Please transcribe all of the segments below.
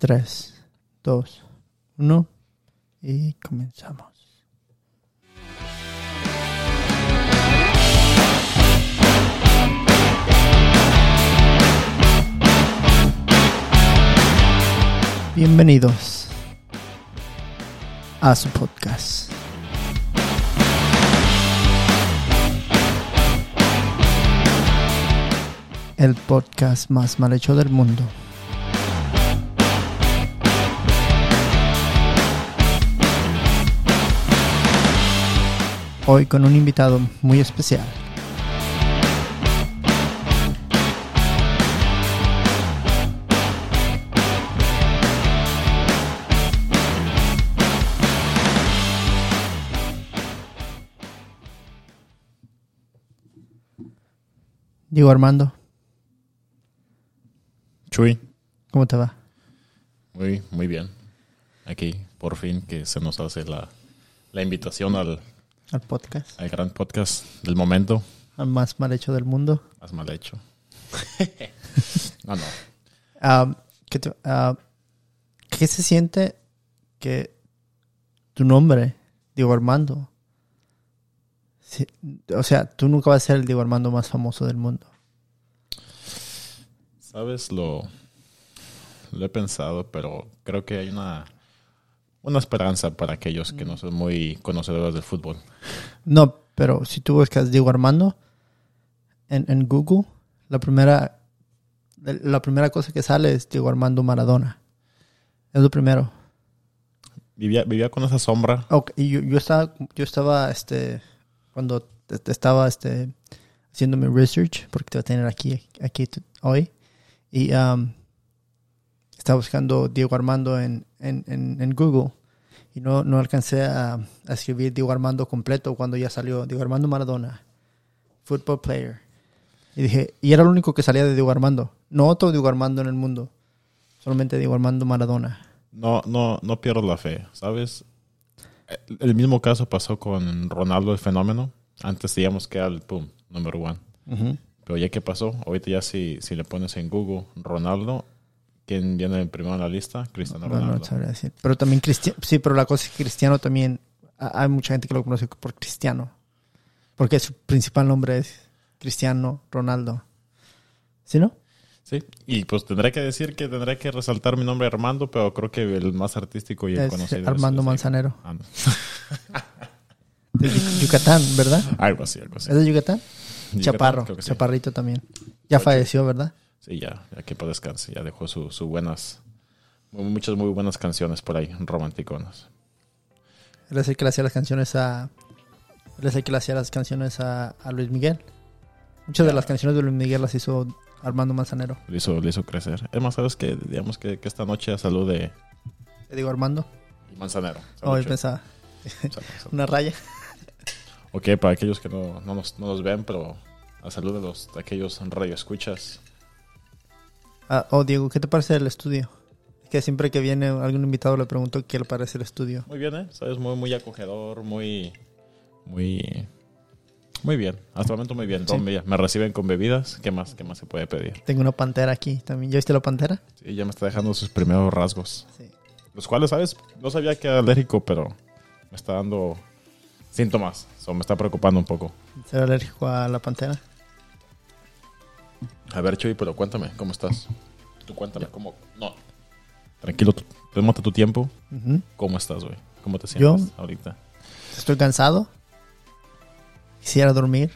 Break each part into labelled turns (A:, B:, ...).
A: 3, 2, 1 y comenzamos. Bienvenidos a su podcast. El podcast más mal hecho del mundo. Hoy con un invitado muy especial. Digo Armando,
B: Chuy,
A: ¿cómo te va?
B: muy, muy bien. Aquí, por fin, que se nos hace la, la invitación al,
A: Al podcast,
B: al gran podcast del momento.
A: al más mal hecho del mundo.
B: Más mal hecho. no, no.
A: Ah, ¿qué, te- ah, ¿Qué se siente que tu nombre, Diego Armando, si- o sea, tú nunca vas a ser el Diego Armando más famoso del mundo?
B: Sabes, lo, lo he pensado, pero creo que hay una, una esperanza para aquellos que no son muy conocedores del fútbol.
A: No, pero si tú buscas Diego Armando en, en Google, la primera, la primera cosa que sale es Diego Armando Maradona. Es lo primero.
B: Vivía, vivía con esa sombra.
A: Ok, y yo, yo estaba, yo estaba, este, cuando te- te estaba, este, haciendo mi research, porque te voy a tener aquí, aquí t- hoy, y um, estaba buscando Diego Armando en, en, en, en Google, y no, no alcancé a, a escribir Diego Armando completo cuando ya salió Diego Armando Maradona, football player. Y dije, y era lo único que salía de Diego Armando, no otro Diego Armando en el mundo, solamente Diego Armando Maradona.
B: No, no, no pierdo la fe, ¿sabes? El- El mismo caso pasó con Ronaldo el Fenómeno. Antes decíamos que era el pum, número one. Pero ya que pasó, ahorita ya si, si le pones en Google Ronaldo, ¿quién viene primero en la lista? Cristiano
A: No, no
B: Ronaldo.
A: sabría decir. Pero también Cristiano. Sí, pero la cosa es que Cristiano también. ha- Hay mucha gente que lo conoce por Cristiano. Porque su principal nombre es Cristiano Ronaldo. ¿Sí, no?
B: Sí, y pues tendré que decir que tendré que resaltar mi nombre Armando, pero creo que el más artístico y el
A: Es
B: conocido. es-
A: Armando
B: es-
A: Manzanero.
B: Ah, no.
A: De Yu- Yucatán, ¿verdad?
B: Algo así, algo así.
A: ¿Es de Yucatán?
B: Yucatán,
A: Chaparro.
B: creo que sí.
A: Chaparrito también. Ya falleció, ¿verdad?
B: Sí, ya, ya que para descanse, ya dejó sus buenas, mu- muchas muy buenas canciones por ahí, romanticonas.
A: Él es el que le hacía las canciones a. Él es el que le hacía las canciones a, a Luis Miguel. Muchas de las canciones de Luis Miguel las hizo Armando Manzanero.
B: Lo hizo, lo hizo crecer. Es más, sabes que digamos que, que esta noche a salud de
A: Te digo Armando.
B: Manzanero.
A: Oh, yo
B: Salud,
A: pensaba.
B: Chuy. Salud, salud.
A: Una raya.
B: Ok, para aquellos que no, no nos, no nos ven, pero a salud de los de aquellos radioescuchas.
A: Ah, oh, Diego, ¿qué te parece el estudio? Es que siempre que viene algún invitado le pregunto qué le parece el estudio.
B: Muy bien, ¿eh? Sabes, muy, muy acogedor, muy... Muy... Muy bien, hasta el momento muy bien.
A: Sí.
B: Mira, Me reciben con bebidas, ¿qué más, qué más se puede pedir?
A: Tengo una pantera aquí también. ¿Ya viste la pantera?
B: Sí, ya me está dejando sus primeros rasgos.
A: Sí.
B: Los cuales, ¿sabes? No sabía que era alérgico, pero me está dando síntomas. O me está preocupando un poco.
A: ¿Será alérgico a la pantera?
B: A ver, Chuy, pero cuéntame, ¿cómo estás? Tú cuéntame, ¿cómo? No. Tranquilo, tú- tómate tu tiempo.
A: Ujú.
B: ¿Cómo estás, güey? ¿Cómo te
A: ¿Yo?
B: sientes ahorita?
A: Estoy cansado. Quisiera dormir,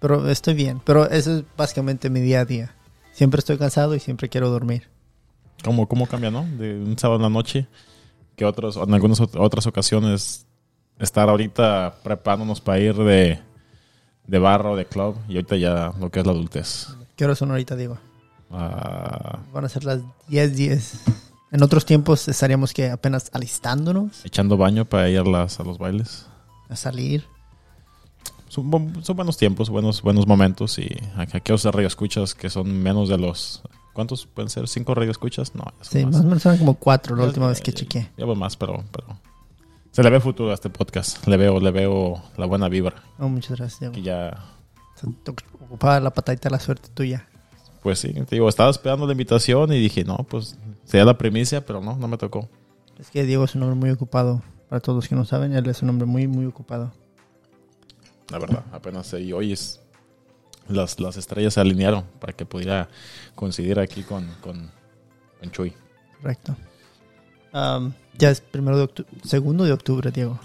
A: pero estoy bien. Pero eso es básicamente mi día a día. Siempre estoy cansado y siempre quiero dormir.
B: ¿Cómo, cómo cambia, no? De un sábado en la noche, que otros, en algunas ot- otras ocasiones, estar ahorita preparándonos para ir de, de bar o de club, y ahorita ya lo que es la adultez.
A: ¿Qué horas son ahorita, Diego?
B: Ah,
A: Van a ser las 10:10. En otros tiempos estaríamos que apenas alistándonos
B: echando baño para ir a, las- a los bailes.
A: a salir.
B: Son, bu- son buenos tiempos, buenos, buenos momentos, y a- a aquellos radio escuchas que son menos de los... ¿Cuántos pueden ser? ¿Cinco radio escuchas? No, ya son
A: Sí,
B: más.
A: más o menos eran como cuatro la
B: Ya-
A: última vez que
B: ya-
A: chequé.
B: Ya voy más, pero, pero... Se le ve futuro a este podcast. Le veo, le veo la buena vibra.
A: Oh, muchas gracias, Diego.
B: Que ya
A: Se te ocupaba la patadita de la suerte tuya.
B: Pues sí, te digo, estaba esperando la invitación y dije, no, pues te da la primicia, pero no, no me tocó.
A: Es que Diego es un hombre muy ocupado. Para todos los que no saben, él es un hombre muy, muy ocupado.
B: La verdad, apenas ahí hoy es, las, las estrellas se alinearon para que pudiera coincidir aquí con, con, con Chuy.
A: Correcto. Am, ya es primero de octubre, segundo de octubre, Diego.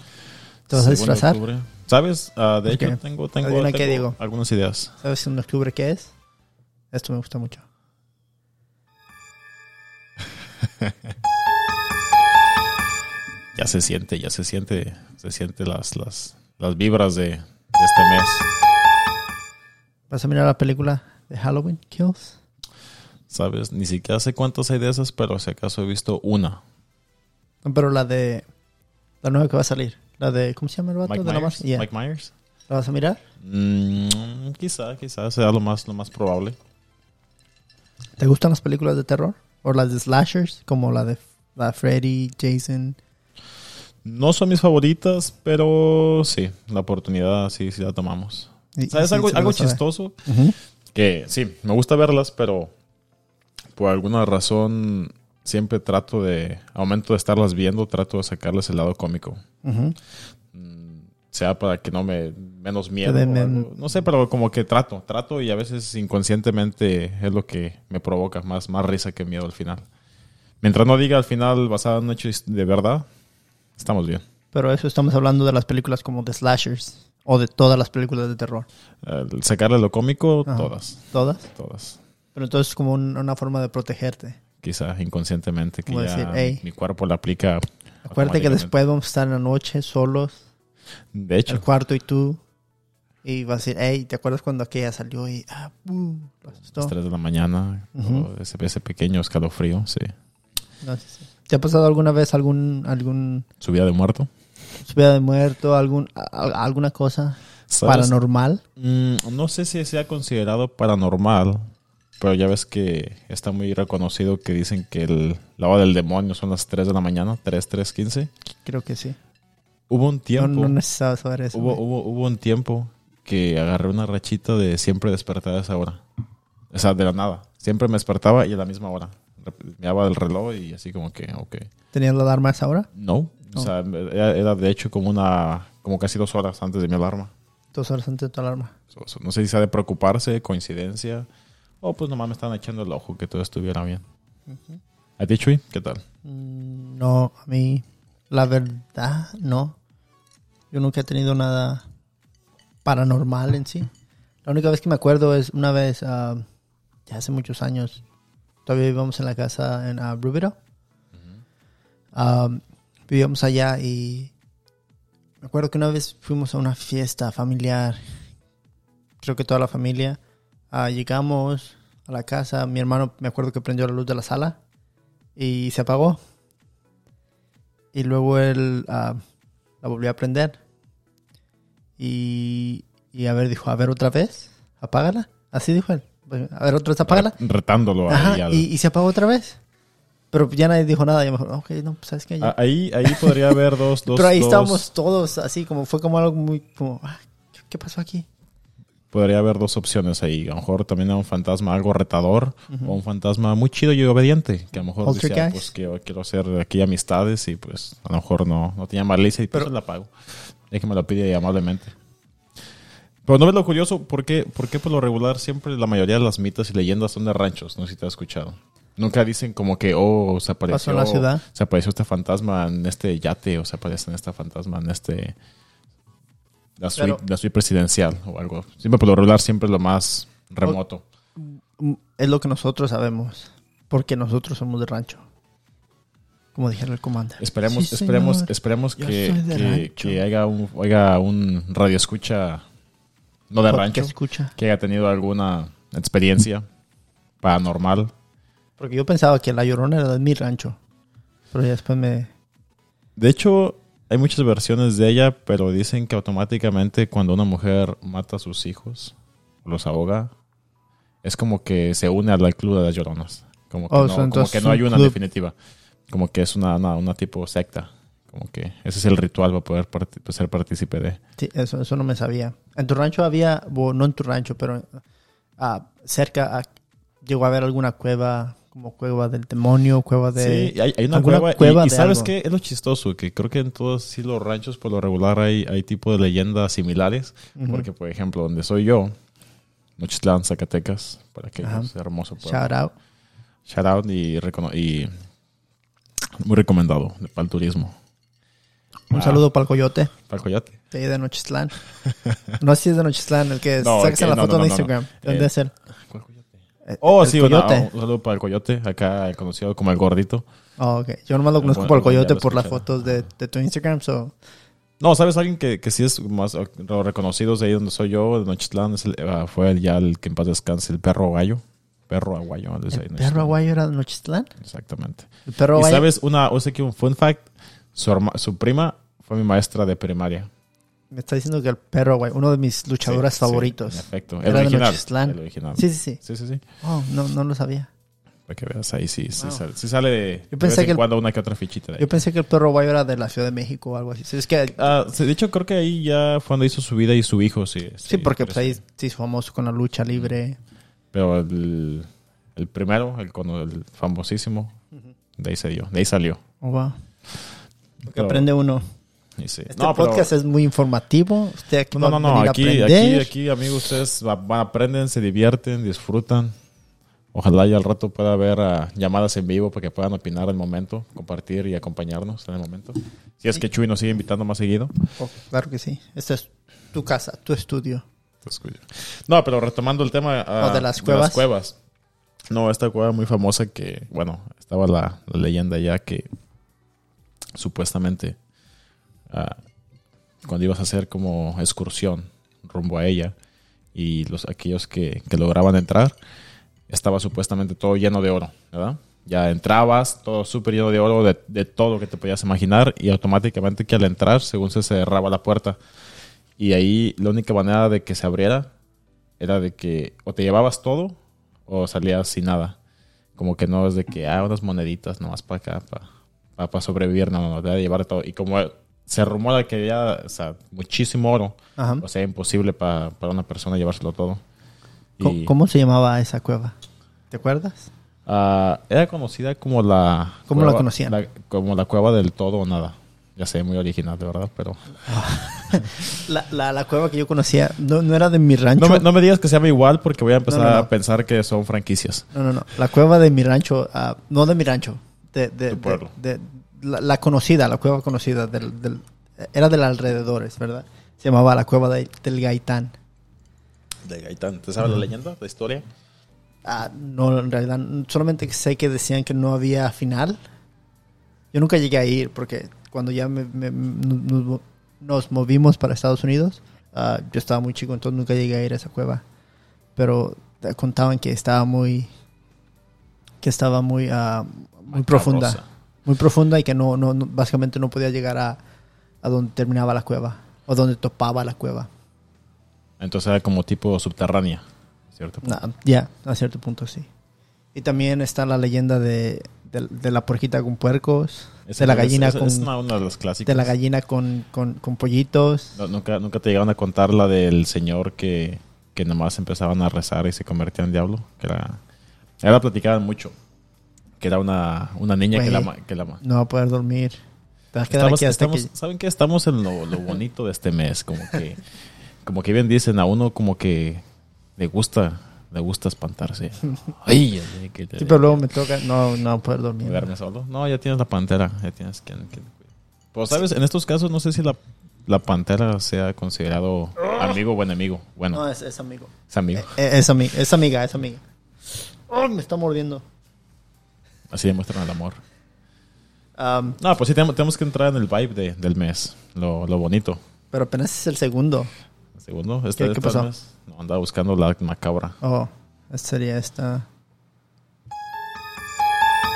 A: ¿Te vas a
B: Segundo de
A: disfrazar?
B: octubre. ¿Sabes? Ah, de
A: Ok.
B: hecho, tengo, tengo,
A: Adivina
B: tengo
A: qué digo.
B: algunas ideas.
A: ¿Sabes en octubre qué es? Esto me gusta mucho.
B: Ya se siente, ya se siente, se siente las, las, las vibras de, de este mes.
A: ¿Vas a mirar la película de Halloween Kills?
B: ¿Sabes? Ni siquiera sé cuántas hay de esas, pero si acaso he visto una.
A: No, pero la de. La nueva que va a salir. La de. ¿Cómo se llama el vato?
B: Mike
A: de la,
B: Myers.
A: máscara? Yeah.
B: Mike Myers.
A: ¿La vas a mirar?
B: Mm, quizá, quizá sea lo más, lo más probable.
A: ¿Te gustan las películas de terror? ¿O las de slashers? Como la de la Freddy, Jason.
B: No son mis favoritas, pero sí, la oportunidad sí, sí la tomamos.
A: Y-
B: ¿Sabes
A: sí,
B: algo,
A: sí me
B: algo
A: gusta ver.
B: chistoso?
A: Ujú.
B: Que sí, me gusta verlas, pero por alguna razón siempre trato de, al momento de estarlas viendo, trato de sacarles el lado cómico.
A: Ujú.
B: Mm, Sea para que no me menos miedo.
A: den
B: o
A: men-
B: algo. No sé, pero como que trato, trato y a veces inconscientemente es lo que me provoca más, más risa que miedo al final. Mientras no diga al final basado en un hecho de verdad, estamos bien.
A: Pero eso estamos hablando de las películas como de slashers. O de todas las películas de terror.
B: El sacarle lo cómico,
A: Ajá.
B: todas,
A: Todas.
B: todas.
A: Pero entonces es como un- una forma de protegerte.
B: Quizás inconscientemente que
A: Como
B: ya
A: decir, "Ey".
B: mi cuerpo la aplica.
A: Acuérdate que
B: automáticamente.
A: después vamos a estar en la noche solos.
B: De
A: el
B: hecho,
A: cuarto y tú. Y vas a decir, hey, ¿te acuerdas cuando aquella salió y ah, uh, lo
B: a las
A: asustó?
B: 3 de la mañana,
A: Ujú.
B: o ese, ese pequeño escalofrío, sí.
A: No, sí, sí. ¿Te ha pasado alguna vez algún algún
B: Subida de muerto.
A: subida de muerto, algún a- a- alguna cosa
B: ¿Sabes?
A: paranormal?
B: Mm, no sé si sea considerado paranormal, pero ya ves que está muy reconocido que dicen que el, la hora del demonio son las 3 de la mañana, 3, 3, 15.
A: Creo que sí.
B: Hubo un
A: No,
B: tiempo,
A: no necesitaba saber eso.
B: hubo,
A: güey.
B: hubo, hubo un tiempo que agarré una rachita de siempre despertar a esa hora. O sea, de la nada. Siempre me despertaba y a la misma hora. Miraba el reloj y así como que, ok.
A: ¿Tenías la alarma a esa hora?
B: No. O
A: No.
B: sea, era, era de hecho como una, como casi dos horas antes de mi alarma.
A: Dos horas antes de tu alarma.
B: So- so, no sé si sea de preocuparse, coincidencia, o pues nomás me están echando el ojo que todo estuviera bien. ¿A ti, Chuy? ¿Qué tal?
A: Mm, No, a mí, la verdad, no. Yo nunca he tenido nada paranormal en sí. La única vez que me acuerdo es una vez, ah, ya hace muchos años, todavía vivíamos en la casa en ah, Rubiro. Ah, vivíamos allá y me acuerdo que una vez fuimos a una fiesta familiar, creo que toda la familia. Ah, llegamos a la casa, mi hermano me acuerdo que prendió la luz de la sala y se apagó. Y luego él ah, la volvió a prender. Y, y a ver, dijo, a ver otra vez, apágala. Así dijo él. A ver otra vez, apágala.
B: Re- Retándolo
A: Ajá,
B: ahí. al-
A: y, y se apagó otra vez. Pero ya nadie dijo nada. Y mejor, ok, no, pues sabes qué. ya".
B: a- ahí, ahí podría haber dos, dos.
A: Pero ahí
B: Ah, dos-
A: estábamos todos así, como fue como algo muy como, "Ah, ¿qué- ¿qué pasó aquí?
B: Podría haber dos opciones ahí. A lo mejor también era un fantasma algo retador o un fantasma muy chido y obediente. Que a lo mejor decía,
A: Poltergeist.
B: pues que yo quiero hacer aquí amistades y pues a lo mejor no, no tenía malicia y pues
A: Pero-
B: la pago. Es que me lo pide amablemente. Pero no ves lo curioso, ¿por qué, por qué por lo regular siempre la mayoría de las mitas y leyendas son de ranchos? No sé si te has escuchado. Nunca dicen como que, oh, se
A: Pasó
B: apareció,
A: en la ciudad.
B: se apareció este fantasma en este yate o se aparece en esta fantasma en este... La suite,
A: Pero-
B: la suite presidencial o algo. Siempre por lo regular, siempre es lo más remoto.
A: Mm, Es lo que nosotros sabemos, porque nosotros somos de rancho. Como dijera el comandante.
B: Esperemos, esperemos, esperemos
A: Yo
B: que,
A: soy de
B: que,
A: rancho.
B: que haya un, haya un radio escucha, no de rancho,
A: escucha.
B: que haya tenido alguna experiencia paranormal.
A: Porque yo pensaba que la llorona era de mi rancho. Pero ya después me.
B: De hecho, hay muchas versiones de ella, pero dicen que automáticamente cuando una mujer mata a sus hijos, los ahoga, es como que se une al club de las lloronas. Como que,
A: Oh,
B: no,
A: so
B: como
A: entonces
B: que
A: es
B: no
A: un
B: hay una
A: club.
B: definitiva. Como que es una, una, una tipo secta. Como que ese es el ritual para poder parti- pues, ser partícipe de.
A: Sí, eso, eso no me sabía. En tu rancho había, bueno, no en tu rancho, pero ah, cerca ah, llegó a haber alguna cueva, como como cueva del demonio, cueva de...
B: Sí, y hay, hay una
A: alguna
B: cueva. y-
A: cueva
B: y,
A: de
B: sabes
A: algo.
B: qué? Es lo chistoso, que creo que en todos sí, los ranchos por lo regular hay, hay tipo de leyendas similares.
A: Ujú.
B: Porque, por ejemplo, donde soy yo, Nochitlán, Zacatecas, para que
A: Ajá.
B: es hermoso pueblo.
A: Shout out.
B: Shout out y, recono- y muy recomendado para el turismo.
A: Un
B: Ah.
A: saludo para el coyote
B: Para el Coyote.
A: de ahí de Nochistlán. no sé si es de Nochistlán, el que
B: No,
A: sacas
B: el que-
A: en la
B: no,
A: foto
B: no,
A: de
B: no, no.
A: Instagram. ¿Dónde
B: Eh,
A: es él?
B: ¿Cuál Coyote?
A: Eh,
B: Oh,
A: el
B: sí, una-
A: coyote.
B: un saludo para el Coyote, acá conocido como el Gordito.
A: Oh, ok. Yo nomás lo conozco
B: Bueno,
A: por el
B: bueno, ya
A: coyote
B: lo
A: por las
B: escucharon.
A: fotos de, de tu Instagram. So,
B: No, ¿sabes? Alguien que, que sí es más eh, lo reconocido de ahí donde soy yo, de Nochitlán, es el- eh, fue el- ya el que en paz descanse, el perro aguayo. Perro aguayo. ¿no? Es Pues ahí
A: ¿El
B: en
A: perro
B: Nochitlán.
A: aguayo era de Nochistlán?
B: Exactamente.
A: El perro
B: y
A: aguayo.
B: sabes, una, o sea, que un fun fact, su, herma- su prima fue mi maestra de primaria.
A: Me está diciendo que el perro aguayo, uno de mis luchadores
B: Sí, sí,
A: favoritos.
B: en
A: Sí,
B: efecto. El
A: Era de
B: original.
A: Nochitlán.
B: El original.
A: sí, sí.
B: Sí, sí, sí.
A: Oh, no, no lo sabía.
B: Para que veas ahí, sí, sí
A: Wow.
B: sale, sí sale de,
A: Yo
B: de vez
A: pensé
B: en
A: que el-
B: cuando una que otra fichita. De, ahí.
A: Yo pensé que el perro aguayo era de la Ciudad de México o algo así. Es que,
B: Ah, sí, de hecho, creo que ahí ya fue cuando hizo su vida y su hijo, sí.
A: sí, porque pues,
B: pero-
A: ahí sí es famoso con la lucha libre.
B: Pero el, el primero, el, cono- el famosísimo, de ahí se dio, de ahí salió.
A: Oh, wow. Lo que
B: Pero-
A: aprende uno.
B: y sí.
A: Este
B: No, pero-
A: podcast es muy informativo. Usted aquí
B: No,
A: va
B: no,
A: a
B: no,
A: venir a
B: aquí, aquí,
A: aprender.
B: aquí, amigos, ustedes va- van, aprenden, se divierten, disfrutan. Ojalá ya al rato pueda haber ah, llamadas en vivo para que puedan opinar al momento, compartir y acompañarnos en el momento. Si es que Chuy nos sigue invitando más seguido.
A: Oh, claro que sí. Esta es tu casa, tu estudio.
B: Pues, cuyo- No, pero retomando el tema ah,
A: O de las cuevas.
B: cuevas. No, esta cueva muy famosa que, bueno, estaba la, la leyenda ya que supuestamente ah, cuando ibas a hacer como excursión rumbo a ella y los aquellos que, que lograban entrar, estaba supuestamente todo lleno de oro, ¿verdad? Ya entrabas, todo súper lleno de oro, de, de todo lo que te podías imaginar, y automáticamente que al entrar, según se cerraba la puerta, y ahí la única manera de que se abriera era de que o te llevabas todo o salías sin nada. Como que no es de que, ah, unas moneditas nomás para acá, para sobrevivir, no, no, no, te de llevar todo. Y como se rumora que había, o sea, muchísimo oro,
A: Ajá.
B: o sea, imposible pa- para una persona llevárselo todo.
A: ¿Cómo,
B: Y-
A: cómo se llamaba esa cueva? ¿Te acuerdas?
B: Ah, era conocida como la.
A: ¿Cómo la conocían?
B: como la cueva del todo o nada. Ya sé, muy original, de verdad, pero.
A: La, la, la cueva que yo conocía no, no era de mi rancho.
B: No me, no me digas que se llama igual porque voy a empezar
A: No, no, no.
B: a pensar que son franquicias.
A: No, no, no. La cueva de mi rancho, ah, no de mi rancho, de, de,
B: Tu
A: de-
B: pueblo.
A: de- la, la conocida, la cueva conocida, del, del- era del alrededores, ¿verdad? Se llamaba la cueva de- del Gaitán.
B: De Gaitán. ¿Te sabes la leyenda, la historia?
A: Ah, no, en realidad, solamente sé que decían que no había final. Yo nunca llegué a ir porque cuando ya me- me- nos, nos movimos para Estados Unidos, ah, yo estaba muy chico, entonces nunca llegué a ir a esa cueva. Pero eh, contaban que estaba muy, que estaba muy, ah, muy profunda, muy profunda y que no, no, no- básicamente no podía llegar a, a donde terminaba la cueva o donde topaba la cueva.
B: Entonces era como tipo subterránea, ¿cierto?
A: Na- Ah, ya, a cierto punto sí. Y también está la leyenda de, de- de la puerquita con puercos,
B: Esa
A: de la
B: es-
A: gallina
B: es-
A: con,
B: Es una, una de las clásicas.
A: de la gallina con, con- con pollitos.
B: No, nunca, nunca te llegaron a contar la del señor que, que nomás empezaban a rezar y se convertía en diablo. Que era, ya la platicaban mucho. Que era una, una niña que la, ma- que la ma-
A: No va a poder dormir. Te vas a quedar
B: Estamos-
A: aquí hasta
B: estamos-
A: que-
B: ¿Saben qué? Estamos en lo, lo bonito de este mes. Como que, como que bien dicen, a uno como que le gusta, le gusta espantarse. Ay, ay, que te-
A: Sí, pero luego me toca. No, no va a poder dormir.
B: ¿Quedarme solo? No, ya tienes la pantera. Ya tienes quien, quien te cuide. Pero, ¿sabes? En estos casos no sé si la, la pantera sea considerado amigo o enemigo. Bueno,
A: No, es, es amigo.
B: es amigo.
A: Eh, Es, ami- es amiga, es amiga. Oh, me está mordiendo.
B: Así demuestran el amor.
A: Am,
B: No, pues sí, tenemos, tenemos que entrar en el vibe de- del mes. Lo, lo bonito.
A: pero apenas es el segundo.
B: Segundo, este,
A: ¿Qué- qué
B: este
A: pasó?
B: mes no, andaba buscando la macabra.
A: Oh, esta sería esta.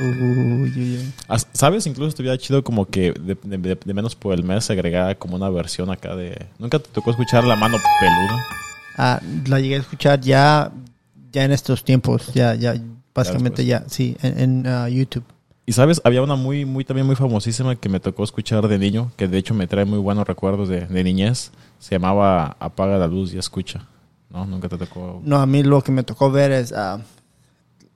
A: Uy, uy, uy.
B: As- ¿Sabes? Incluso estuviera chido como que de, de- de- de menos por el mes se agregara como una versión acá de... ¿Nunca te tocó escuchar la mano peluda?
A: Ah, la llegué a escuchar ya, ya en estos tiempos, ya, ya, básicamente ya, sí, en, en, ah, YouTube.
B: Y sabes, había una muy, muy, también muy famosísima que me tocó escuchar de niño, que de hecho me trae muy buenos recuerdos de, de niñez. Se llamaba Apaga la luz y escucha. No, nunca te tocó.
A: No, a mí lo que me tocó ver es ah,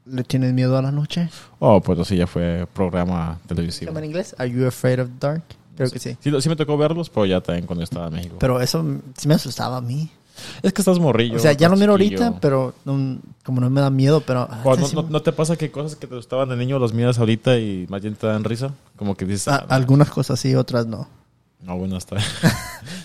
A: ¿Le tienes miedo a la noche?
B: Oh, pues entonces ya fue programa
A: ¿Se
B: televisivo.
A: llama en inglés? ¿Are you afraid of the dark? Creo que sí.
B: Sí, lo- sí me tocó verlos, pero ya también cuando estaba en México.
A: Pero eso m- sí me asustaba a mí.
B: es que estás morrillo.
A: o sea, ya
B: estás
A: lo miro
B: chiquillo.
A: ahorita, pero no- como no me da miedo, pero... ah,
B: Cuando-
A: sí
B: no,
A: me-
B: no te pasa que cosas que te gustaban de niño las miras ahorita y más bien te dan risa? Como que dices...
A: a-
B: "Ah,
A: algunas cosas sí, otras no.
B: No, bueno, está...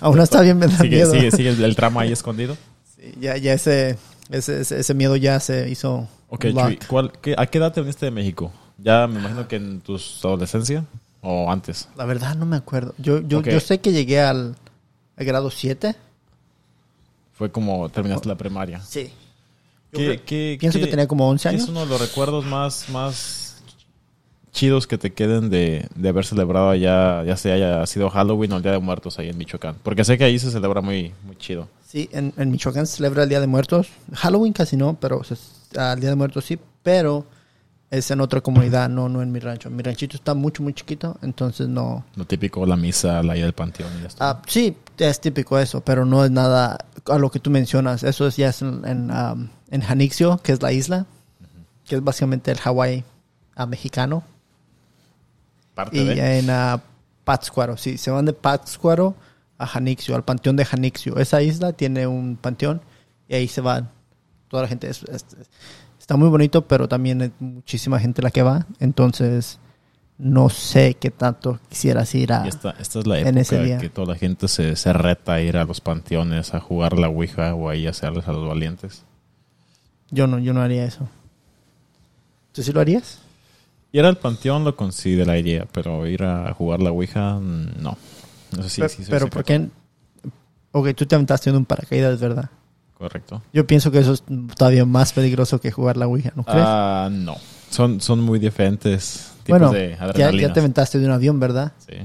A: Aún está bien, me da
B: sigue,
A: miedo.
B: sigue, sigue el, el trama ahí escondido.
A: Sí, ya ya ese, ese, ese, ese miedo ya se hizo...
B: Ok,
A: lock.
B: Chuy, ¿cuál- qué- ¿a qué edad te viniste de México? Ya me imagino que en tu adolescencia o antes.
A: La verdad no me acuerdo. Yo, yo,
B: Ok.
A: yo sé que llegué al, al grado 7.
B: Fue como terminaste la primaria.
A: Sí. Yo
B: ¿Qué-
A: creo-
B: qué-
A: Pienso
B: qué-
A: que tenía como 11
B: qué
A: años.
B: Es uno de los recuerdos más, más chidos que te queden de, de haber celebrado allá, ya sea haya sido Halloween o el Día de Muertos ahí en Michoacán. Porque sé que ahí se celebra muy, muy chido.
A: Sí, en, en Michoacán se celebra el Día de Muertos. Halloween casi no, pero o sea, ah, el Día de Muertos sí, pero es en otra comunidad, no no en mi rancho. Mi ranchito está mucho, muy chiquito, entonces no...
B: Lo típico, la misa, la ida del panteón y esto.
A: Ah, sí, es típico eso, pero no es nada a lo que tú mencionas. Eso es ya es en, en, um, en Janixio, que es la isla, que es básicamente el Hawái ah, mexicano.
B: Parte
A: Y
B: de...
A: en ah, Pátzcuaro, sí, se van de Pátzcuaro a Janixio, al panteón de Janixio. Esa isla tiene un panteón y ahí se van toda la gente. Es- es- está muy bonito, pero también es muchísima gente la que va. Entonces, no sé qué tanto quisieras ir a...
B: Y esta, esta es la
A: en ese
B: época
A: día.
B: que toda la gente se, se reta a ir a los panteones, a jugar la ouija o ahí a hacerles a los valientes.
A: Yo no, yo no haría eso. ¿Tú sí lo harías?
B: Ir al panteón lo consideraría, pero ir a jugar la ouija, mm, no. No sé si...
A: Pe-
B: sí soy
A: pero ¿por qué? Ok, tú te aventaste en un paracaídas, ¿verdad?
B: Correcto.
A: Yo pienso que eso es todavía más peligroso que jugar la Ouija, ¿no crees?
B: Ah, no. Son, son muy diferentes tipos
A: bueno,
B: de
A: ya,
B: adrenalina.
A: ya te aventaste de un avión, ¿verdad?
B: Sí.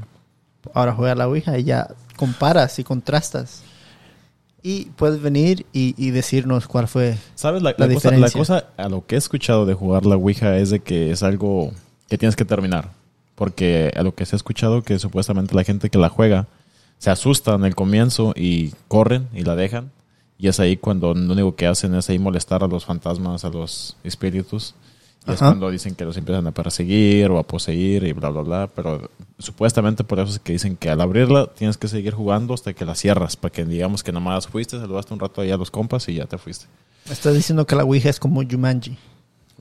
A: Ahora jugar la Ouija y ya comparas y contrastas. Y puedes venir y, y decirnos cuál fue.
B: ¿Sabes? La,
A: La
B: la cosa, la
A: diferencia.
B: cosa a lo que he escuchado de jugar la Ouija es de que es algo que tienes que terminar. Porque a lo que se ha escuchado que supuestamente la gente que la juega se asusta en el comienzo y corren y la dejan. Y es ahí cuando lo único que hacen es ahí molestar a los fantasmas, a los espíritus. Y es
A: Ajá.
B: cuando dicen que los empiezan a perseguir o a poseer y bla, bla, bla. Pero supuestamente por eso es que dicen que al abrirla tienes que seguir jugando hasta que la cierras. Para que digamos que nomás fuiste, saludaste un rato ahí a los compas y ya te fuiste.
A: Estás diciendo que la Ouija es como Jumanji.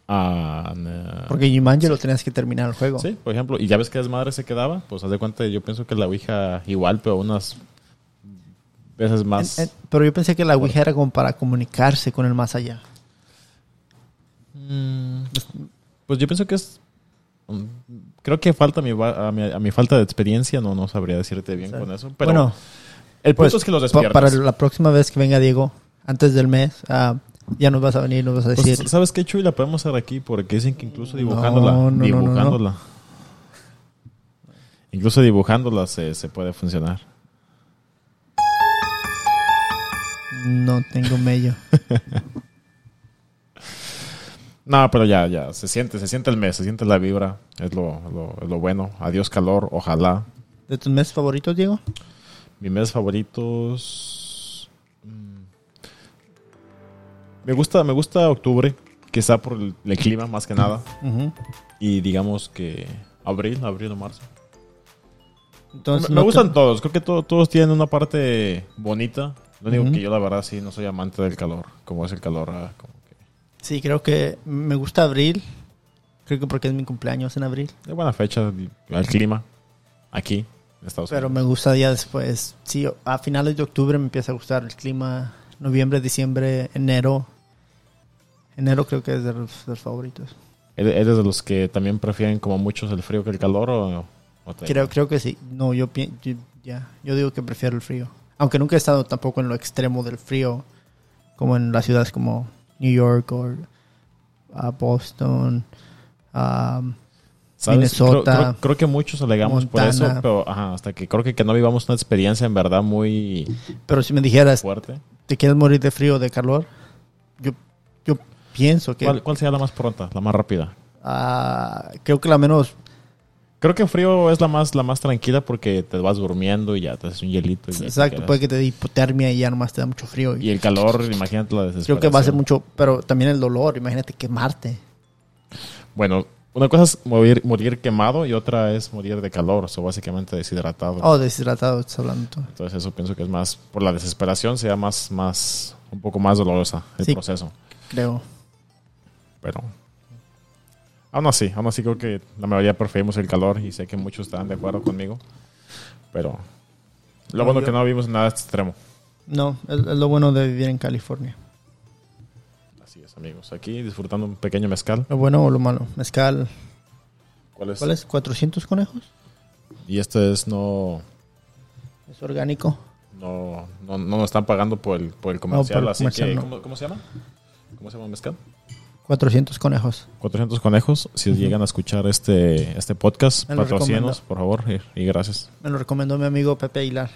B: Ah, na-
A: Porque Jumanji lo tenías que terminar el juego.
B: Sí, por ejemplo, y ya ves que desmadre se quedaba, pues haz de cuenta, yo pienso que la Ouija igual, pero unas veces
A: En-
B: más.
A: en- pero yo pensé que la Ouija era como para comunicarse con el más allá.
B: Mm, Pues yo pienso que es... mm, Creo que falta mi, va- a, mi, a mi falta de experiencia, no, no sabría decirte bien
A: Sí.
B: con eso, pero
A: bueno,
B: el punto
A: Pues,
B: es que los
A: pa-
B: despiertas.
A: para la próxima vez que venga Diego, antes del mes, ah, ya nos vas a venir y nos vas a
B: Pues,
A: decir.
B: ¿Sabes qué, Chuy? La podemos hacer aquí porque dicen que incluso dibujándola,
A: no, no, no,
B: dibujándola, incluso dibujándola se, se puede funcionar.
A: No tengo mello.
B: No, pero ya, ya, se siente, se siente el mes, se siente la vibra, es lo, lo- es lo bueno. Adiós calor, ojalá.
A: ¿De tus meses favoritos, Diego?
B: Mis meses favoritos... mm, Me gusta, me gusta octubre, quizá por el, el clima más que nada.
A: Ujú.
B: Y digamos que abril, abril o marzo. Me,
A: Entonces,
B: me
A: no te-
B: gustan todos, creo que to- todos tienen una parte bonita. Lo único
A: Ujú.
B: que yo la verdad sí no soy amante del calor, como es el calor. ah, como que-
A: Sí, creo que me gusta abril. Creo que porque es mi cumpleaños en abril.
B: Es buena fecha, el clima, aquí, en Estados
A: Pero
B: Unidos.
A: me gusta ya después. Sí, a finales de octubre me empieza a gustar el clima. Noviembre, diciembre, enero. Enero creo que es de los, de los favoritos.
B: ¿Ere- ¿Eres de los que también prefieren como muchos el frío que el calor o, o te-
A: Creo, creo que sí. No, yo, pi- yo- ya. yo digo que prefiero el frío. Aunque nunca he estado tampoco en lo extremo del frío, como en las ciudades como New York o ah, Boston. ah,
B: ¿Sabes?
A: Minnesota,
B: Creo, creo- creo que muchos alegamos por eso,
A: Montana.
B: pero ajá, hasta que creo que, que no vivamos una experiencia en verdad muy
A: pero si me dijeras,
B: fuerte.
A: ¿te quieres morir de frío o de calor? Yo, yo pienso que
B: ¿Cuál, cuál sería la más pronta, la más rápida?
A: ah, creo que la menos...
B: Creo que frío es la más la más tranquila porque te vas durmiendo y ya te haces un hielito. Y ya te
A: Exacto, pues.
B: quedas.
A: puede que te dé hipotermia y ya nomás te da mucho frío.
B: Y el calor, imagínate la desesperación.
A: creo que va a ser mucho, pero también el dolor, imagínate quemarte.
B: Bueno, una cosa es morir, morir quemado y otra es morir de calor, o básicamente deshidratado.
A: Oh, deshidratado, estás hablando tú.
B: Entonces eso pienso que es más, por la desesperación, sea más, más, un poco más dolorosa el
A: Sí.
B: proceso.
A: Creo.
B: Pero aún así, aún así creo que la mayoría preferimos el calor y sé que muchos están de acuerdo conmigo. Pero lo bueno que no vimos nada extremo.
A: No, es, es lo bueno de vivir en California.
B: Así es, amigos. Aquí disfrutando un pequeño mezcal.
A: ¿Lo bueno o lo malo? Mezcal.
B: ¿Cuál es?
A: ¿Cuál es? ¿400 conejos?
B: Y este es no,
A: Es orgánico.
B: no, no, no nos están pagando por el, por el comercial,
A: por el
B: así
A: comercial
B: que
A: no.
B: ¿cómo, cómo se llama? ¿Cómo se llama el mezcal?
A: 400 conejos.
B: 400 conejos. Si llegan a escuchar este, este podcast,
A: Me lo
B: patrocínanos, por favor, y, y gracias.
A: Me lo recomendó mi amigo Pepe Aguilar.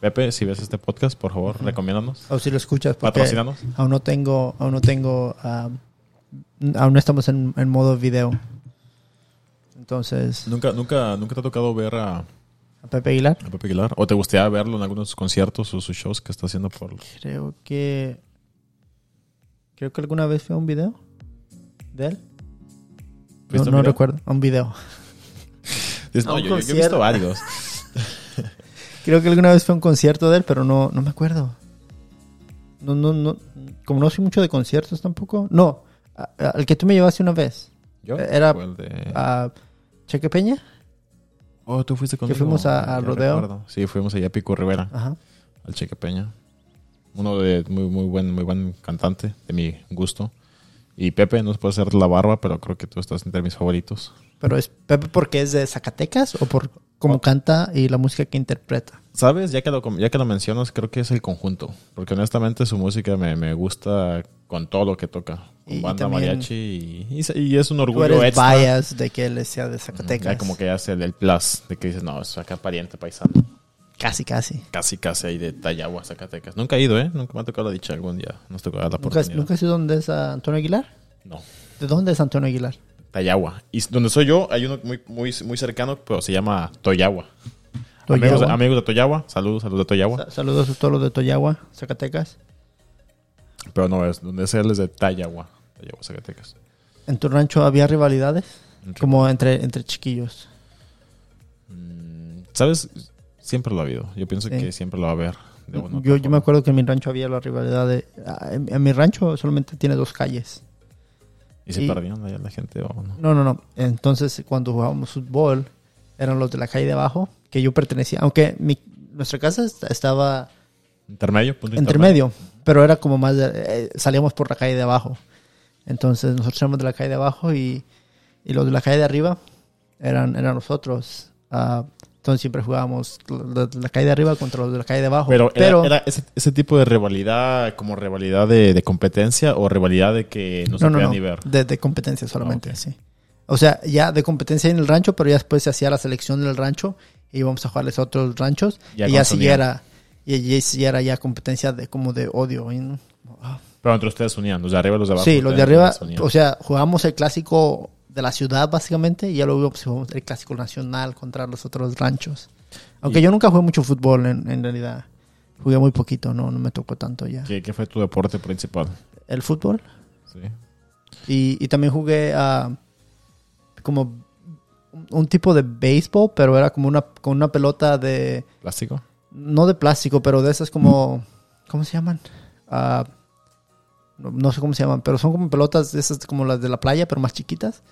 B: Pepe, si ves este podcast, por favor, recomiéndanos.
A: O si lo escuchas, porque
B: Patrocínanos.
A: aún no tengo, aún no tengo, ah, aún no estamos en, en modo video. Entonces,
B: Nunca, nunca, nunca te ha tocado ver a,
A: a Pepe Aguilar,
B: a Pepe Aguilar. ¿O te gustaría verlo en algunos de sus conciertos o sus shows que está haciendo por
A: creo que, creo que alguna vez fue un video de él. No,
B: ¿Viste un
A: no
B: video?
A: recuerdo, un video.
B: Dices,
A: A
B: no,
A: un
B: yo, yo- yo he
A: concierto".
B: visto varios.
A: Creo que alguna vez fue un concierto de él, pero no, no me acuerdo. No, no, no, como no soy mucho de conciertos tampoco. No, a- a- al que tú me llevaste una vez,
B: Yo,
A: Era-
B: o el de-
A: a Cheque Peña.
B: Oh, tú fuiste conmigo.
A: fuimos a- a
B: Ya
A: Rodeo.
B: recuerdo. Sí, fuimos allá a Pico Rivera,
A: Ajá.
B: al Cheque Peña. Uno de muy, muy buen, muy buen cantante, de mi gusto. Y Pepe nos puede hacer la barba, pero creo que tú estás entre mis favoritos.
A: Pero es Pepe porque es de Zacatecas o por cómo canta y la música que interpreta.
B: ¿Sabes? Ya que, lo, com- ya que lo mencionas, creo que es el conjunto. Porque honestamente su música me, me gusta con todo lo que toca.
A: Y-
B: Con
A: y
B: banda
A: también-
B: mariachi y, y se- y es un
A: Tú
B: orgullo
A: eres
B: extra.
A: bias de que él sea de Zacatecas.
B: Ya como que hace el, el plus de que dices, no, es acá pariente paisano.
A: Casi, casi.
B: Casi, casi ahí de Tayagua, Zacatecas. Nunca he ido, ¿eh? Nunca me ha tocado la dicha algún día. Nos tocará la
A: ¿Nunca,
B: oportunidad.
A: ¿Nunca has ido dónde es ah, Antonio Aguilar?
B: No.
A: ¿De dónde es Antonio Aguilar?
B: Tayagua. Y donde soy yo hay uno muy, muy, muy cercano, pero se llama Toyagua. Amigos,
A: Toyagua.
B: amigos de Toyagua, saludos, saludos de Toyagua.
A: Sa- Saludos a todos los de Toyagua, Zacatecas.
B: Pero no, es donde es él es de Tayagua. Tayagua, Zacatecas.
A: ¿En tu rancho había rivalidades? Como entre, entre chiquillos.
B: Mm, ¿Sabes? Siempre lo ha habido. Yo pienso
A: Sí.
B: que siempre lo va a haber. de una u
A: Yo, yo
B: otra
A: me
B: forma.
A: acuerdo que en mi rancho había la rivalidad de... ah, En, en mi rancho solamente tiene dos calles.
B: ¿Y se
A: y-
B: perdían allá la gente o no?
A: No, no, no. Entonces, cuando jugábamos fútbol, eran los de la calle de abajo, que yo pertenecía. Aunque mi, nuestra casa est- estaba
B: ¿Intermedio? Punto
A: entre medio, pero era como más. de- eh, salíamos por la calle de abajo. Entonces, nosotros éramos de la calle de abajo y, y los de la calle de arriba eran, eran nosotros. Ah, entonces, siempre jugábamos los de la calle de arriba contra los de la calle de abajo.
B: Pero,
A: Pero,
B: era, era ese, ese tipo de rivalidad, como rivalidad de, de competencia o rivalidad de que no se
A: no, no,
B: podía
A: no.
B: ni ver.
A: De, de competencia solamente,
B: Ah, ok.
A: sí. O sea, ya de competencia en el rancho, pero ya después se hacía la selección del rancho y íbamos a jugarles a otros ranchos.
B: Ya
A: y ya
B: con
A: sí
B: sonido.
A: era, y ya, sí era ya competencia de como de odio. ¿y no? Ah.
B: Pero entre ustedes se unían, los de arriba y los de abajo.
A: Sí, los de
B: ustedes
A: arriba, pues,
B: se unían.
A: o sea, jugábamos el clásico de la ciudad básicamente y ya luego pues, jugamos el clásico nacional contra los otros ranchos. Aunque
B: Y-
A: yo nunca jugué mucho fútbol en, en realidad. Jugué muy poquito, no, no me tocó tanto ya.
B: ¿Qué, qué fue tu deporte principal?
A: El fútbol.
B: Sí.
A: Y, y también jugué a como un tipo de béisbol, pero era como una con una pelota de
B: ¿Plástico?
A: no de plástico, pero de esas como ¿cómo se llaman? Ah, no, no sé cómo se llaman, pero son como pelotas de esas como las de la playa, pero más chiquitas.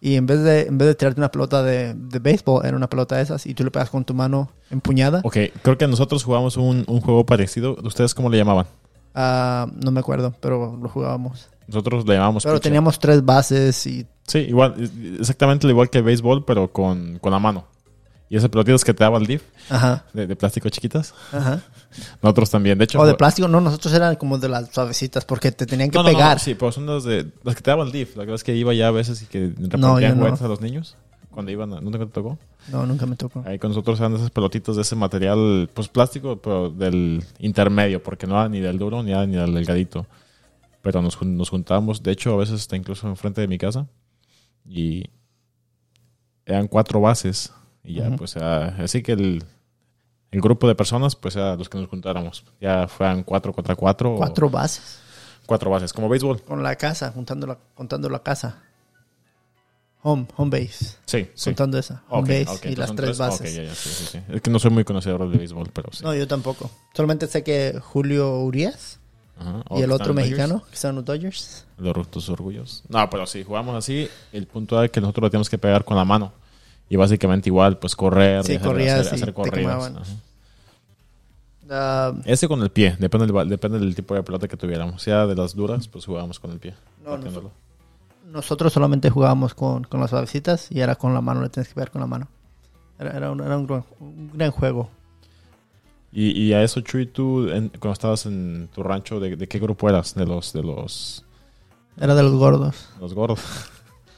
A: Y en vez de en vez de tirarte una pelota de, de béisbol, era una pelota de esas y tú le pegas con tu mano empuñada.
B: Ok, creo que nosotros jugamos un, un juego parecido. ¿Ustedes cómo le llamaban?
A: Ah, no me acuerdo, pero lo jugábamos.
B: Nosotros le llamábamos
A: Pero
B: pitcher.
A: teníamos tres bases y
B: Sí, igual, eh, exactamente lo igual que el béisbol, pero con, con la mano. Y esas pelotitas que te daba el DIF,
A: ajá,
B: de, de plástico chiquitas.
A: ajá.
B: Nosotros también, de hecho.
A: O de
B: fue-
A: plástico, no, nosotros eran como de las suavecitas porque te tenían que
B: No, no, no,
A: pegar.
B: sí, pero son las, de, las que te daban el DIF. La verdad es que iba ya a veces y
A: No,
B: que
A: yo
B: repartían
A: no.
B: juguetes a los niños. Cuando iban, a- ¿no te tocó?
A: no. nunca me tocó.
B: Ahí con nosotros eran esas pelotitas de ese material, pues plástico, pero del intermedio, porque no era ni del duro ni, era ni del delgadito. Pero nos, jun- nos juntábamos, de hecho, a veces hasta incluso enfrente de mi casa. Y eran cuatro bases. Y ya,
A: Ujú.
B: pues, era- así que el, el grupo de personas, pues, era los que nos juntáramos. Ya fueran cuatro contra cuatro. o
A: Cuatro bases
B: Cuatro bases, como béisbol.
A: con la casa, juntando la, contando la casa. Home, home base.
B: Sí, sí.
A: Contando esa. Home
B: Ok,
A: base
B: ok,
A: y
B: entonces
A: las
B: son
A: tres bases.
B: Ok, ya, ya, sí, sí, sí. Es que no soy muy conocedor de béisbol, pero sí.
A: No, yo tampoco. Solamente sé que Julio Urias
B: Ajá.
A: y el
B: O Oh, que
A: otro
B: están los
A: mexicano, que están los Dodgers.
B: Dodgers, Los rotos orgullos. No, pero si jugamos así, el punto es que nosotros lo tenemos que pegar con la mano. Y básicamente igual, pues correr,
A: Sí,
B: dejar-
A: corrías
B: hacer,
A: y
B: hacer
A: te
B: corridas.
A: quemaban.
B: Ajá.
A: Ah,
B: Ese con el pie, depende del, ba- depende del tipo de pelota que tuviéramos. Sea de las duras, pues jugábamos con el pie.
A: No,
B: batiéndolo.
A: nosotros solamente jugábamos con, con las suavecitas y era con la mano, le tienes que pegar con la mano. Era, era un, era un gran, un gran juego.
B: Y, y a eso, Chuy, tú, en- cuando estabas en tu rancho, ¿de, de qué grupo eras? De los, de los,
A: Era de los gordos.
B: los gordos.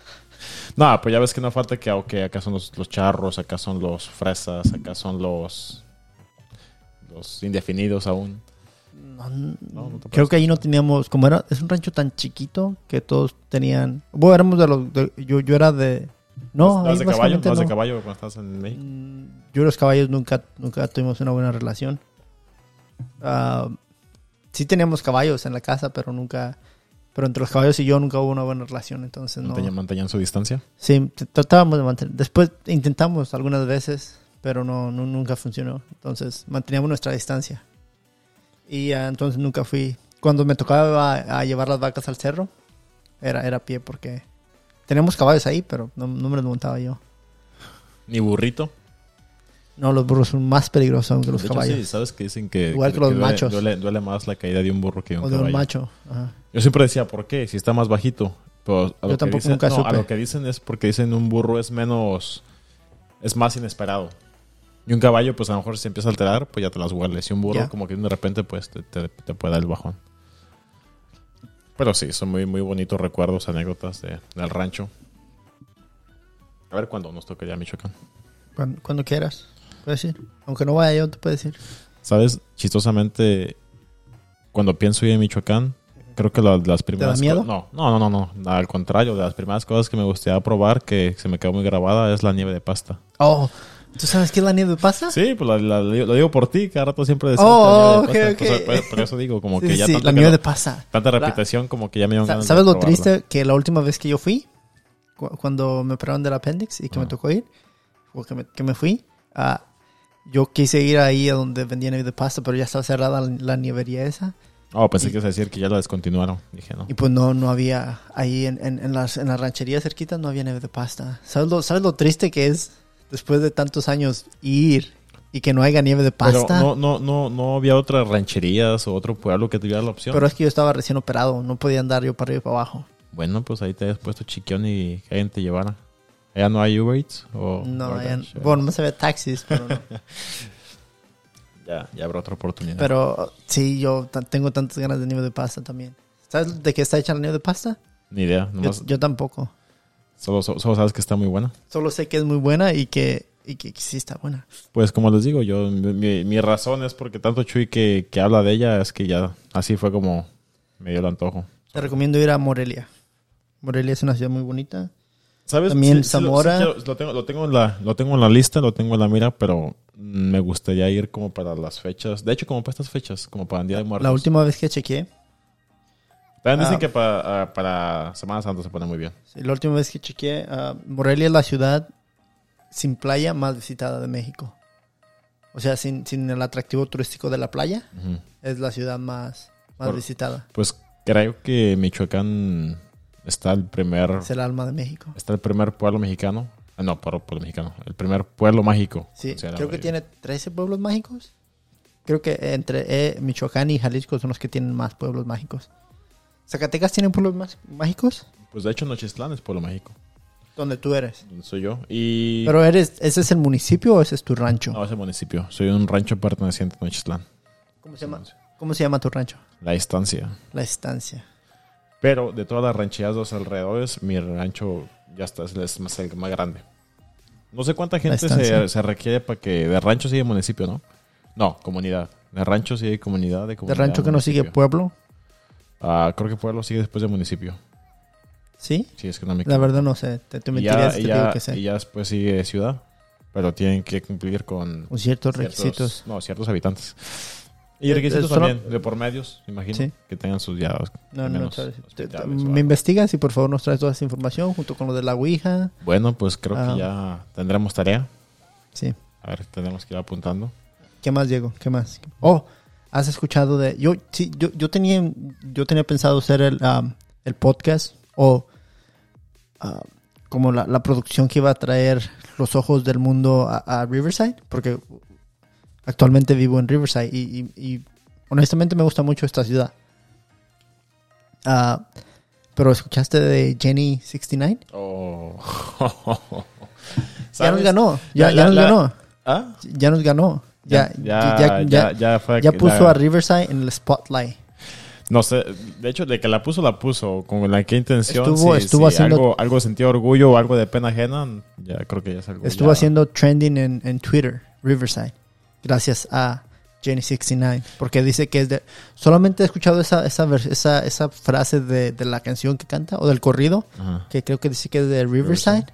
B: no, pues ya ves que no falta que ok, acá son los, los charros, acá son los fresas, acá son los, los indefinidos aún.
A: No,
B: no te
A: creo
B: parece.
A: que allí no teníamos, como era, es un rancho tan chiquito que todos tenían. Bueno, éramos de los. de- yo, yo era de. No,
B: ¿Las
A: ahí
B: de caballo?
A: básicamente
B: ¿Las de
A: no.
B: caballo cuando estabas en México?
A: Mm, Yo y los caballos nunca, nunca tuvimos una buena relación. Ah, sí teníamos caballos en la casa, pero nunca... Pero entre los caballos y yo nunca hubo una buena relación, entonces este no...
B: Mantenían, mantenían su distancia.
A: Sí, t- tratábamos de mantener... Después intentamos algunas veces, pero no, no- nunca funcionó. Entonces manteníamos nuestra distancia. Y ah, entonces nunca fui... Cuando me tocaba a, llevar las vacas al cerro, era, era a pie porque... Teníamos caballos ahí, pero no, no me los montaba yo.
B: Ni burrito.
A: No, los burros son más peligrosos aún que los
B: De hecho,
A: caballos.
B: sí, sabes que dicen que,
A: Igual que los
B: duele,
A: machos.
B: Duele, duele más la caída de un burro que de un
A: O de un
B: caballo.
A: macho. Ajá.
B: Yo siempre decía, ¿por qué? Si está más bajito. Pero a lo que
A: tampoco
B: dicen-
A: nunca
B: no,
A: supe.
B: A lo que dicen es porque dicen un burro es menos. es más inesperado. Y un caballo, pues a lo mejor si empieza a alterar, pues ya te las hueles. Y un burro,
A: Ya.
B: como que de repente, pues te, te- te puede dar el bajón. Pero sí, son muy, muy bonitos recuerdos, anécdotas de- del rancho. A ver cuándo nos toque ya Michoacán.
A: Cuando, cuando quieras. Puedes ir. Aunque no vaya yo, te puedes ir.
B: ¿Sabes? Chistosamente, cuando pienso ir a Michoacán, creo que la- las primeras...
A: miedo?
B: co- No, no, no, no, no. Al contrario, de las primeras cosas que me gustaría probar, que se me quedó muy grabada, es la nieve de pasta.
A: Oh, ¿tú sabes qué es la nieve pasa?
B: Sí, pues la- la- lo digo- lo digo por ti, cada rato siempre decías
A: Oh,
B: que la nieve de
A: ok,
B: pasta.
A: ok.
B: Entonces, por, por eso digo, como
A: Sí,
B: que
A: sí,
B: ya
A: sí,
B: tanto
A: la
B: que
A: nieve
B: no-
A: de pasa.
B: tanta
A: La-
B: repetición como que ya me dio
A: Sa-
B: ganas de
A: ¿Sabes lo
B: probarla.
A: triste? Que la última vez que yo fui, cu- cuando me operaron del apéndice y que me
B: Ajá.
A: tocó ir, o que me, que me fui, ah, yo quise ir ahí a donde vendían nieve de pasta, pero ya estaba cerrada la, la nievería esa.
B: Oh, pensé que ibas a decir que ya la descontinuaron. Dije, no.
A: Y pues no, no había ahí en, en, en las, en las rancherías cerquitas no había nieve de pasta. ¿Sabes lo, ¿Sabes lo triste que es después de tantos años ir y que no haya nieve de
B: Pero
A: pasta?
B: no, no, no, no había otras rancherías o otro pueblo que tuviera la opción.
A: Pero es que yo estaba recién operado, no podía andar yo para arriba y para abajo.
B: Bueno, pues ahí te habías puesto chiquión y que alguien te llevara. ¿Ya no hay Uber Eats? O
A: No,
B: DoorDash?
A: ya-
B: Eh,
A: bueno, no se ve taxis, pero no.
B: ya, ya habrá otra oportunidad.
A: Pero sí, yo ta- tengo tantas ganas de nieve de pasta también. ¿Sabes de qué está hecha la nieve de pasta?
B: Ni idea.
A: Yo,
B: Nomás,
A: yo tampoco.
B: solo, solo- solo sabes que está muy buena.
A: Solo sé que es muy buena y que, y que sí está buena.
B: Pues como les digo, yo mi, mi- mi razón es porque tanto Chuy que, que habla de ella es que ya así fue como me dio el antojo.
A: Te recomiendo ir a Morelia. Morelia es una ciudad muy bonita.
B: ¿Sabes?
A: También
B: lo-
A: Zamora.
B: quiero- lo, tengo, lo, tengo en la, lo tengo en la lista, lo tengo en la mira, pero mm, me gustaría ir como para las fechas. De hecho, como para estas fechas, como para el Día de Muertos.
A: La última vez que chequeé,
B: También dicen
A: ah.
B: que para, ah, para Semana Santa se pone muy bien.
A: sí, la última vez que chequeé, ah, Morelia es la ciudad sin playa más visitada de México. O sea, sin, sin el atractivo turístico de la playa,
B: Ujú.
A: es la ciudad más, más
B: Por-
A: visitada.
B: Pues creo que Michoacán está el primer
A: Es el alma de México.
B: está el primer pueblo mexicano. Ah, No, pueblo, pueblo mexicano. El primer pueblo mágico.
A: Sí,
B: considerado
A: creo que
B: ahí.
A: tiene 13 pueblos mágicos. Creo que entre eh, Michoacán y Jalisco son los que tienen más pueblos mágicos. Zacatecas tiene pueblos más mágicos
B: Pues de hecho Nochistlán es pueblo mágico.
A: donde tú eres.
B: Donde soy yo. Y...
A: Pero eres, ¿ese es el municipio o ese es tu rancho?
B: No, ese municipio. Soy un rancho perteneciente a Nochistlán.
A: ¿Cómo, se llama, ¿Cómo se llama tu rancho?
B: La estancia.
A: La estancia.
B: Pero de todas las rancherías de los alrededores, mi rancho ya está, es el- es más, el más grande. No sé cuánta gente
A: estancia.
B: se, se requiere para que de rancho sigue municipio, ¿no? No, comunidad. De rancho sigue comunidad. De,
A: ¿De
B: comunidad
A: rancho que no sigue
B: municipio.
A: pueblo?
B: Ah, creo que pueblo sigue después de municipio.
A: ¿Sí?
B: Sí, es que no me
A: La
B: equivoco.
A: verdad no sé. Te, te
B: Y
A: mentirías
B: ya,
A: si
B: y
A: te
B: ya-
A: digo que
B: y
A: sé.
B: ya después sigue ciudad. Pero tienen que cumplir con
A: Con ciertos
B: ciertos-
A: requisitos.
B: No, ciertos habitantes. Y requisitos
A: es solo-
B: también, de por medios, me imagino,
A: Sí.
B: que tengan sus ya los-
A: No,
B: al
A: no,
B: menos
A: sabes. Te-
B: hospitales
A: te-
B: o
A: me
B: algo.
A: investigas y por favor nos traes toda esa información junto con lo de la Ouija.
B: Bueno, pues creo
A: Ah.
B: que ya tendremos tarea.
A: Sí.
B: A ver, tenemos que ir apuntando.
A: ¿Qué más, Diego? ¿Qué más? Oh, has escuchado de. Yo, sí, yo, yo, tenía, yo tenía pensado hacer el, um, el podcast o ah, como la, la producción que iba a traer los ojos del mundo a, a Riverside, porque actualmente vivo en Riverside y, y- y honestamente me gusta mucho esta ciudad. Ah, pero escuchaste de Jenny69?
B: Oh.
A: Ya nos ganó,
B: La-
A: ya, ya
B: la-
A: nos
B: la-
A: ganó,
B: ¿Ah?
A: ya nos ganó. Ya,
B: ya,
A: ya- ya-
B: fue
A: ya
B: la-
A: puso a Riverside en el spotlight.
B: No sé, de hecho, de que la puso, la puso. Con la qué intención.
A: Estuvo-
B: si-
A: estuvo
B: si
A: haciendo-
B: Algo, algo sentido orgullo o algo de pena ajena, ya creo que ya es algo.
A: Estuvo
B: ya-
A: haciendo trending en, en Twitter, Riverside, gracias a Jenny69, porque dice que es de... Solamente he escuchado esa, esa, vers- esa, esa frase de, de la canción que canta o del corrido,
B: Ajá.
A: que creo que dice que es de Riverside,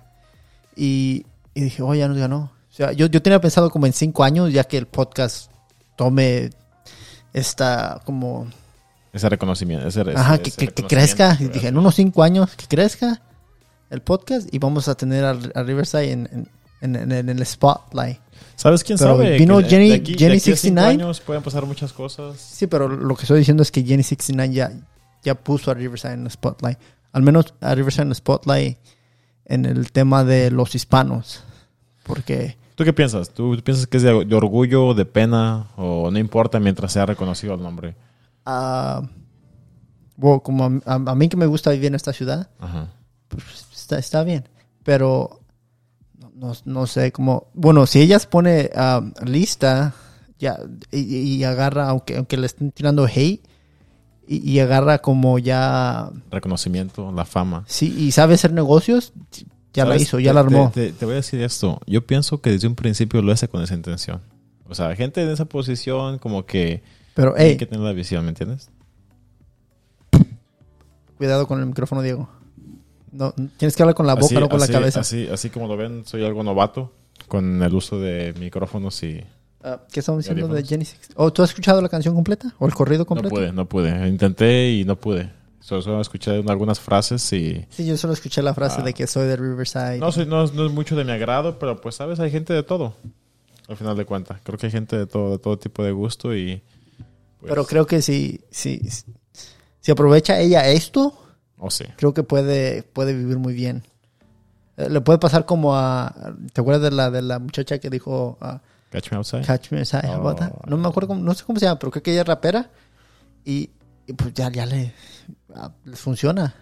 A: y, y dije, oh, ya nos ganó. O sea, yo, yo tenía pensado como en cinco años, ya que el podcast tome esta como...
B: Ese reconocimiento. Ese, ese-
A: Ajá, que,
B: ese
A: que- que
B: Pues, reconocimiento,
A: crezca.
B: ¿verdad?
A: Dije, en unos cinco años, que crezca el podcast y vamos a tener a, a Riverside en, en- en- en- en el spotlight.
B: ¿Sabes quién
A: Pero
B: sabe?
A: vino
B: Que de-
A: Jenny-
B: de aquí- de
A: Jenny
B: aquí a cinco
A: 69.
B: años pueden pasar muchas cosas.
A: Sí, pero lo que estoy diciendo es que Jenny69 ya, ya puso a Riverside en el spotlight. Al menos a Riverside en el spotlight en el tema de los hispanos. Porque
B: ¿Tú qué piensas? ¿Tú piensas que es de, de orgullo, de pena o no importa mientras sea reconocido el nombre?
A: ah, bueno, como a, a- a mí que me gusta vivir en esta ciudad,
B: Ajá.
A: pues, está, está bien. Pero no, no- no sé cómo. Bueno, si ellas pone ah, lista ya, y, y- y agarra, aunque, aunque le estén tirando hate, y, y agarra como ya.
B: Reconocimiento, la fama.
A: Sí, y sabe hacer negocios, ya la
B: ¿Sabes?
A: hizo, ya
B: Te-
A: la armó.
B: Te, te- te voy a decir esto. Yo pienso que desde un principio lo hace con esa intención. O sea, gente en esa posición como que
A: Pero,
B: hay
A: hey,
B: que tener la visión, ¿me entiendes?
A: cuidado con el micrófono, Diego. No, tienes que hablar con la boca,
B: Así-
A: no con
B: así-
A: la cabeza.
B: Así, así como lo ven, soy algo novato con el uso de micrófonos y...
A: Ah, ¿Qué estamos
B: Y
A: diciendo de
B: audífonos.
A: Jenny Six? ¿O tú has escuchado la canción completa? ¿O el corrido
B: No
A: completo?
B: pude, no pude. Intenté y no pude. Solo, solo escuché algunas frases y...
A: Sí, yo solo escuché la frase
B: Ah.
A: de que soy de Riverside.
B: No, soy- no, es- no es mucho de mi agrado, pero pues, ¿sabes? Hay gente de todo. Al final de cuentas. Creo que hay gente de todo, de todo tipo de gusto y... pues,
A: Pero creo que si, si, si aprovecha ella esto,
B: Oh, sí.
A: creo que puede, puede vivir muy bien. Eh, Le puede pasar como a... ¿Te acuerdas de la, de la muchacha que dijo ah,
B: Catch me outside.
A: Catch Me Outside? How about that? No me acuerdo, cómo- no sé cómo se llama, pero creo que ella es rapera. Y, y pues ya, ya le, ah, les funciona.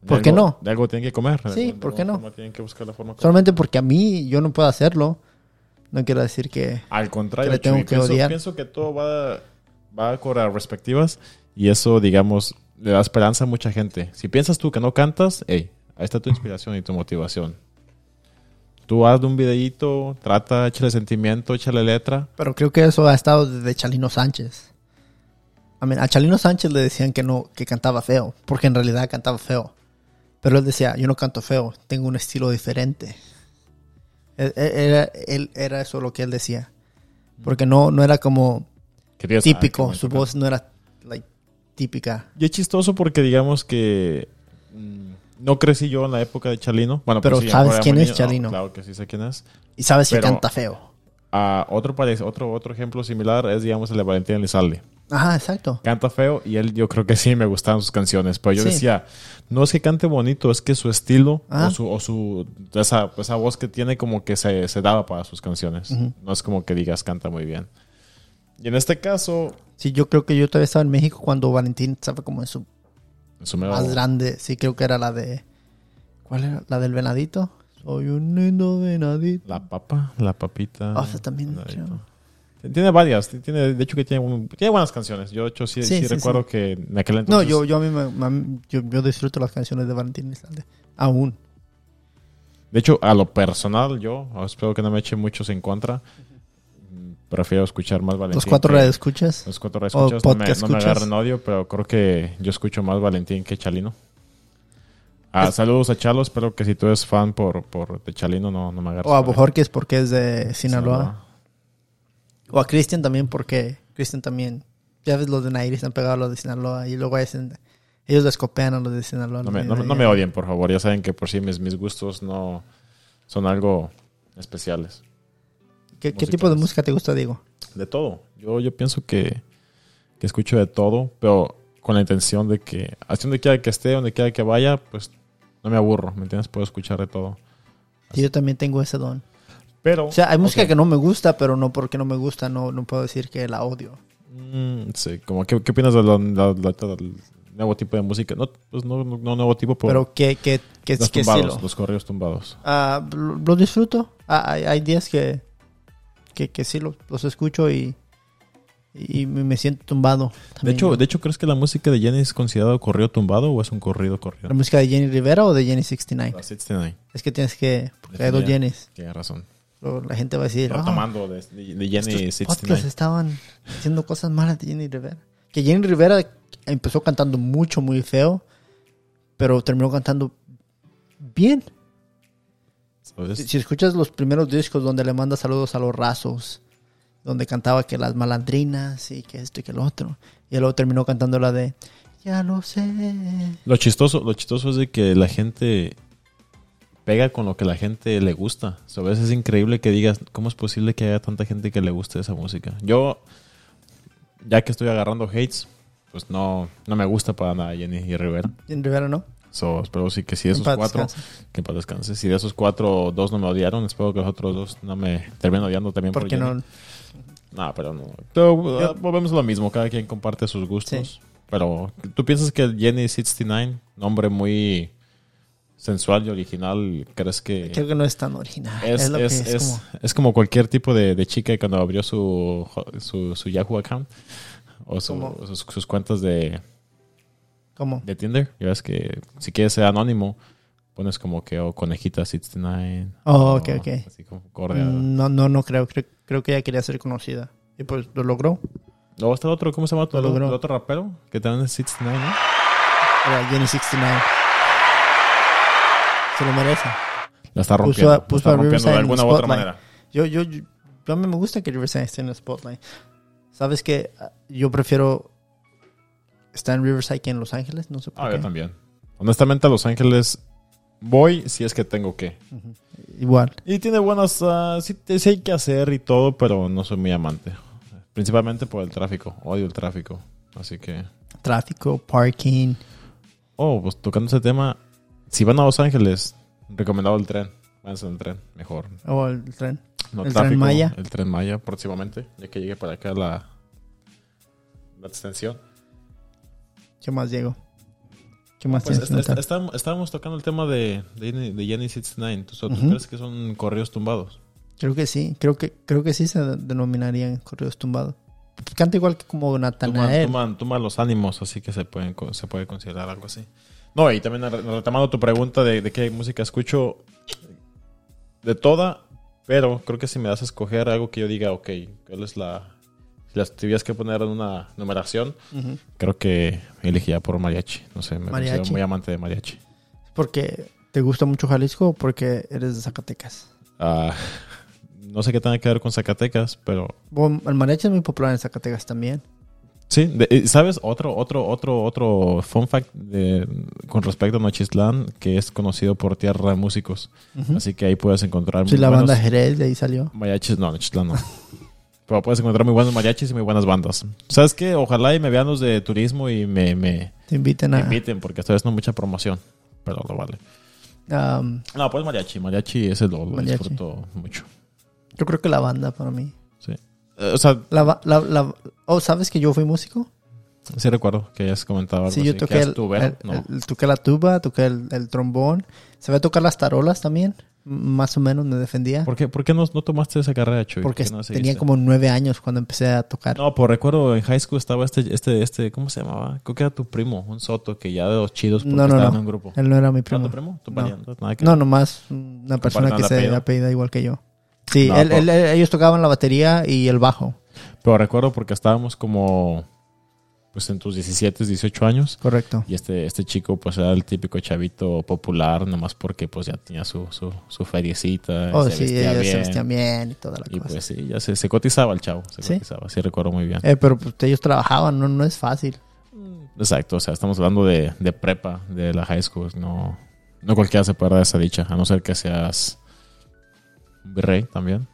B: De
A: ¿Por qué
B: algo-
A: no?
B: De algo tienen que comer.
A: Sí,
B: De
A: ¿por
B: alguna
A: qué no?
B: forma Tienen que buscar la forma correcta.
A: Solamente porque a mí yo no puedo hacerlo. No quiero decir que...
B: Al contrario,
A: Que le tengo
B: Chuy,
A: que
B: pienso,
A: odiar.
B: pienso que todo va, va con las respectivas y eso, digamos, le da esperanza a mucha gente. Si piensas tú que no cantas, hey, ahí está tu inspiración y tu motivación. Tú haz un videíto, trata, échale sentimiento, échale letra.
A: Pero creo que eso ha estado desde Chalino Sánchez. I mean, a Chalino Sánchez le decían que no, que cantaba feo, porque en realidad cantaba feo. Pero él decía, yo no canto feo, tengo un estilo diferente. E- e- Era, él- era eso lo que él decía. Porque no, no era como
B: Querías- ah,
A: típico,
B: qué
A: su
B: bonito.
A: voz no era like, típica.
B: Y es chistoso porque digamos que mm, no crecí yo en la época de Chalino. Bueno,
A: Pero
B: pues sí,
A: ¿sabes
B: ahora
A: quién
B: muy
A: es
B: niño.
A: Chalino?
B: claro que sí sé quién es.
A: Y sabes que
B: Pero-
A: canta feo.
B: Ah, otro, parec- otro, otro ejemplo similar es, digamos, el de Valentín Elizalde.
A: Ajá, exacto.
B: canta feo y él yo creo que sí me gustaban sus canciones, pero yo
A: Sí.
B: decía, no es que cante bonito, es que su estilo
A: Ah.
B: o su, o su- esa, esa voz que tiene como que se, se daba para sus canciones, no es como que digas canta muy bien. Y en este caso,
A: Sí, yo creo que yo todavía estaba en México cuando Valentín estaba como en su
B: en su mero-
A: más grande. Sí, creo que era la de. ¿Cuál era? La del venadito. Soy un lindo venadito.
B: la papa, la papita.
A: Ah, esa también,
B: Venadito.
A: chao.
B: Tiene varias, tiene, de hecho que tiene, un- tiene buenas canciones. Yo de hecho sí,
A: Sí,
B: sí
A: sí,
B: recuerdo que en aquel
A: No,
B: entonces
A: yo, yo a mí me, me- yo, yo disfruto las canciones de Valentín Elizalde. Aún.
B: De hecho, a lo personal, yo espero que no me echen muchos en contra. Prefiero escuchar más Valentín.
A: Los cuatro
B: que-
A: radioescuchas.
B: Los cuatro
A: O
B: escuchas, no me,
A: podcast
B: no me
A: escuchas.
B: agarren odio, pero creo que yo escucho más Valentín que Chalino. Ah, saludos a Chalo, espero que si tú eres fan por, por de Chalino, no, no me agarres.
A: O a
B: odio.
A: Bojorquez porque es de Sinaloa. O a Christian también porque Christian también ya ves los de Nairi están pegados a los de Sinaloa y luego hacen, ellos les copian a los de Sinaloa.
B: No me,
A: los
B: no,
A: de-
B: no me odien, por favor. Ya saben que por sí mis, mis gustos no son algo especiales.
A: ¿Qué, qué tipo de
B: musicales.
A: música te gusta, Diego?
B: De todo. Yo, yo pienso que, que escucho de todo, pero con la intención de que, así donde quiera que esté, donde quiera que vaya, pues no me aburro, ¿me entiendes? Puedo escuchar de todo.
A: Sí, yo también tengo ese don.
B: Pero...
A: O sea, hay música
B: Ok.
A: que no me gusta, pero no porque no me gusta, no, no puedo decir que la odio.
B: Mm, sí, como, ¿qué, qué opinas de la- la- la- del nuevo tipo de música? No, pues no, no, no nuevo tipo, pero...
A: Pero qué, qué, qué,
B: los
A: qué
B: tumbados,
A: estilo.
B: los correos tumbados.
A: Ah, lo, lo disfruto. Ah, hay, hay días que, que, que sí lo- los escucho y, y me me siento tumbado.
B: De
A: también
B: hecho,
A: yo.
B: de hecho, ¿crees que la música de Jenny es considerado correo tumbado o es un corrido corrido?
A: ¿La música de Jenny Rivera o de Jenny 69?
B: La 69.
A: Es que tienes que... Porque hay dos
B: Definida.
A: Jennys.
B: Tienes razón.
A: Luego La gente va a decir... "Ah,
B: Retomando de, de Jenny
A: estos podcasts
B: 69.
A: estaban haciendo cosas malas de Jenny Rivera. Que Jenny Rivera empezó cantando mucho, muy feo, pero terminó cantando bien. Si,
B: ¿sabes?
A: si escuchas los primeros discos donde le manda saludos a los rasos, donde cantaba que las malandrinas y que esto y que lo otro, y luego terminó cantando la de Ya lo sé.
B: Lo chistoso, lo chistoso es de que la gente pega con lo que la gente le gusta. O sea, a veces es increíble que digas, ¿cómo es posible que haya tanta gente que le guste esa música? Yo, ya que estoy agarrando hates, pues no, no me gusta para nada Jenny y Rivera.
A: Jenny Rivera, ¿no?
B: So, espero sí que si esos
A: En paz
B: cuatro,
A: descanse.
B: que para descanse, si de esos cuatro dos no me odiaron, espero que los otros dos no me terminen odiando también. por
A: Porque
B: Jenny.
A: no.
B: No, pero no. Pero, uh, volvemos a lo mismo, cada quien comparte sus gustos. Pero, ¿tú piensas que el Jenny 69, nombre muy sensual y original, crees que
A: Creo que no es tan original.
B: es,
A: Es, lo
B: es-
A: que es,
B: es-
A: como.
B: es como cualquier tipo de, de chica que cuando abrió su, su, su Yahoo account o su-
A: ¿Cómo?
B: sus, sus cuentas de,
A: ¿Cómo?
B: de Tinder? Ya ves que si quieres ser anónimo, pones como que o conejita 69.
A: Oh,
B: o
A: ok, Mm. ok.
B: Así como correa.
A: No, no, no creo. creo. Creo que ella quería ser conocida. Y pues lo logró.
B: Luego está el otro, ¿cómo se llama? tu-
A: Lo logró.
B: el otro rapero que también es 69, ¿no?
A: Era Jenny 69. Se lo merece.
B: La está
A: Puso
B: rompiendo.
A: a-
B: la
A: puso
B: está
A: a
B: rompiendo
A: Riverside
B: de
A: en
B: alguna u
A: spotlight.
B: otra manera.
A: Yo, yo, yo, a mí me gusta que Riverside esté en el spotlight. Sabes que ah, yo prefiero estar en Riverside que en Los Ángeles. No sé por
B: Ah,
A: qué.
B: yo también. Honestamente, a Los Ángeles voy si es que tengo que.
A: Igual.
B: Y tiene buenas. ah, sí, te- sí hay que hacer y todo, pero no soy muy amante. Principalmente por el tráfico. Odio el tráfico. Así que.
A: Tráfico, parking.
B: Oh, pues tocando ese tema. Si van a Los Ángeles, recomendado el tren. Váyanse en el tren, mejor.
A: O el tren.
B: No
A: ¿El tren Maya?
B: El tren Maya, próximamente. Ya que llegue para acá la. La extensión.
A: ¿Qué más, Diego? ¿Qué más
B: Pues
A: tienes que
B: est- est-
A: notar?
B: estábamos, estábamos tocando el tema de, de, Jenny- de Jenny 69. ¿Tú, so- tú
A: Ujú.
B: crees que son correos tumbados?
A: Creo que sí. Creo que, creo que sí se denominarían corridos tumbados. Canta igual que como
B: Tuman,
A: Natanael.
B: tuman- tuman los ánimos, así que se, pueden, co- se puede considerar algo así. No, y también re- retomando tu pregunta de, de qué música escucho, de toda, pero creo que si me das a escoger algo que yo diga, ok, ¿cuál es la. Si las tuvieras que poner en una numeración,
A: Ujú.
B: creo que elegiría por mariachi. No sé, me
A: Mariachi.
B: considero muy amante de mariachi.
A: ¿Porque te gusta mucho Jalisco o porque eres de Zacatecas?
B: Ah, no sé qué tenga que ver con Zacatecas, pero
A: Bueno, el mariachi es muy popular en Zacatecas también.
B: Sí, de- eh, ¿sabes? Otro, otro, otro, otro fun fact de- con respecto a Nochislán, que es conocido por tierra de músicos. Así que ahí puedes encontrar
A: Sí, la
B: buenos
A: banda Jerez de ahí salió.
B: mariachis. No, Nochislán no. Pero puedes encontrar muy buenos mariachis y muy buenas bandas. ¿Sabes qué? Ojalá y me vean los de turismo y me, me-
A: Te invitan
B: me
A: a...
B: inviten, porque esto es no mucha promoción. Pero lo vale.
A: am,
B: No, pues mariachi. Mariachi ese lo, lo
A: Mariachi.
B: disfruto mucho.
A: yo creo que la banda para mí.
B: Sí. Eh, O sea,
A: La, ba- la, la- oh, ¿sabes que yo fui músico?
B: sí recuerdo que hayas comentado algo
A: Sí, yo
B: así.
A: toqué,
B: ¿Querías
A: el,
B: tú ver?
A: el-
B: No.
A: el- toqué la tuba, toqué el, el trombón. Se va a tocar las tarolas también. M- Más o menos me defendía.
B: ¿Por qué, por qué no, no tomaste esa carrera, Chuy?
A: Porque
B: ¿Por qué no
A: tenía
B: seguiste?
A: como nueve años cuando empecé a tocar.
B: No, por recuerdo en high school estaba este, este, este, ¿cómo se llamaba? Creo que era tu primo, un soto que ya de los chidos pues
A: No,
B: porque
A: no,
B: estaba
A: no.
B: en un grupo.
A: Él no era mi
B: ¿No
A: primo.
B: tu primo? ¿Tu
A: No.
B: pariente? Nada que
A: No, nomás una persona
B: Compartan
A: que
B: el
A: se
B: apellido.
A: apellida igual que yo. Sí,
B: No, pues
A: él-
B: por-
A: él- él- ellos tocaban la batería y el bajo.
B: Pero recuerdo porque estábamos como pues en tus 17, 18 años.
A: Correcto.
B: Y este, este chico pues era el típico chavito popular, nomás porque pues ya tenía su, su, su feriecita. y
A: Oh, sí,
B: vestía
A: ellos se
B: bien.
A: vestían bien y toda la
B: Y
A: cosa.
B: pues sí, ya se, se cotizaba el chavo, se
A: ¿Sí?
B: cotizaba, sí recuerdo muy bien.
A: Eh, pero pues, ellos trabajaban, no, no es fácil.
B: Exacto, o sea, estamos hablando de, de prepa, de la high school, no, no cualquiera se puede dar esa dicha, a no ser que seas virrey también.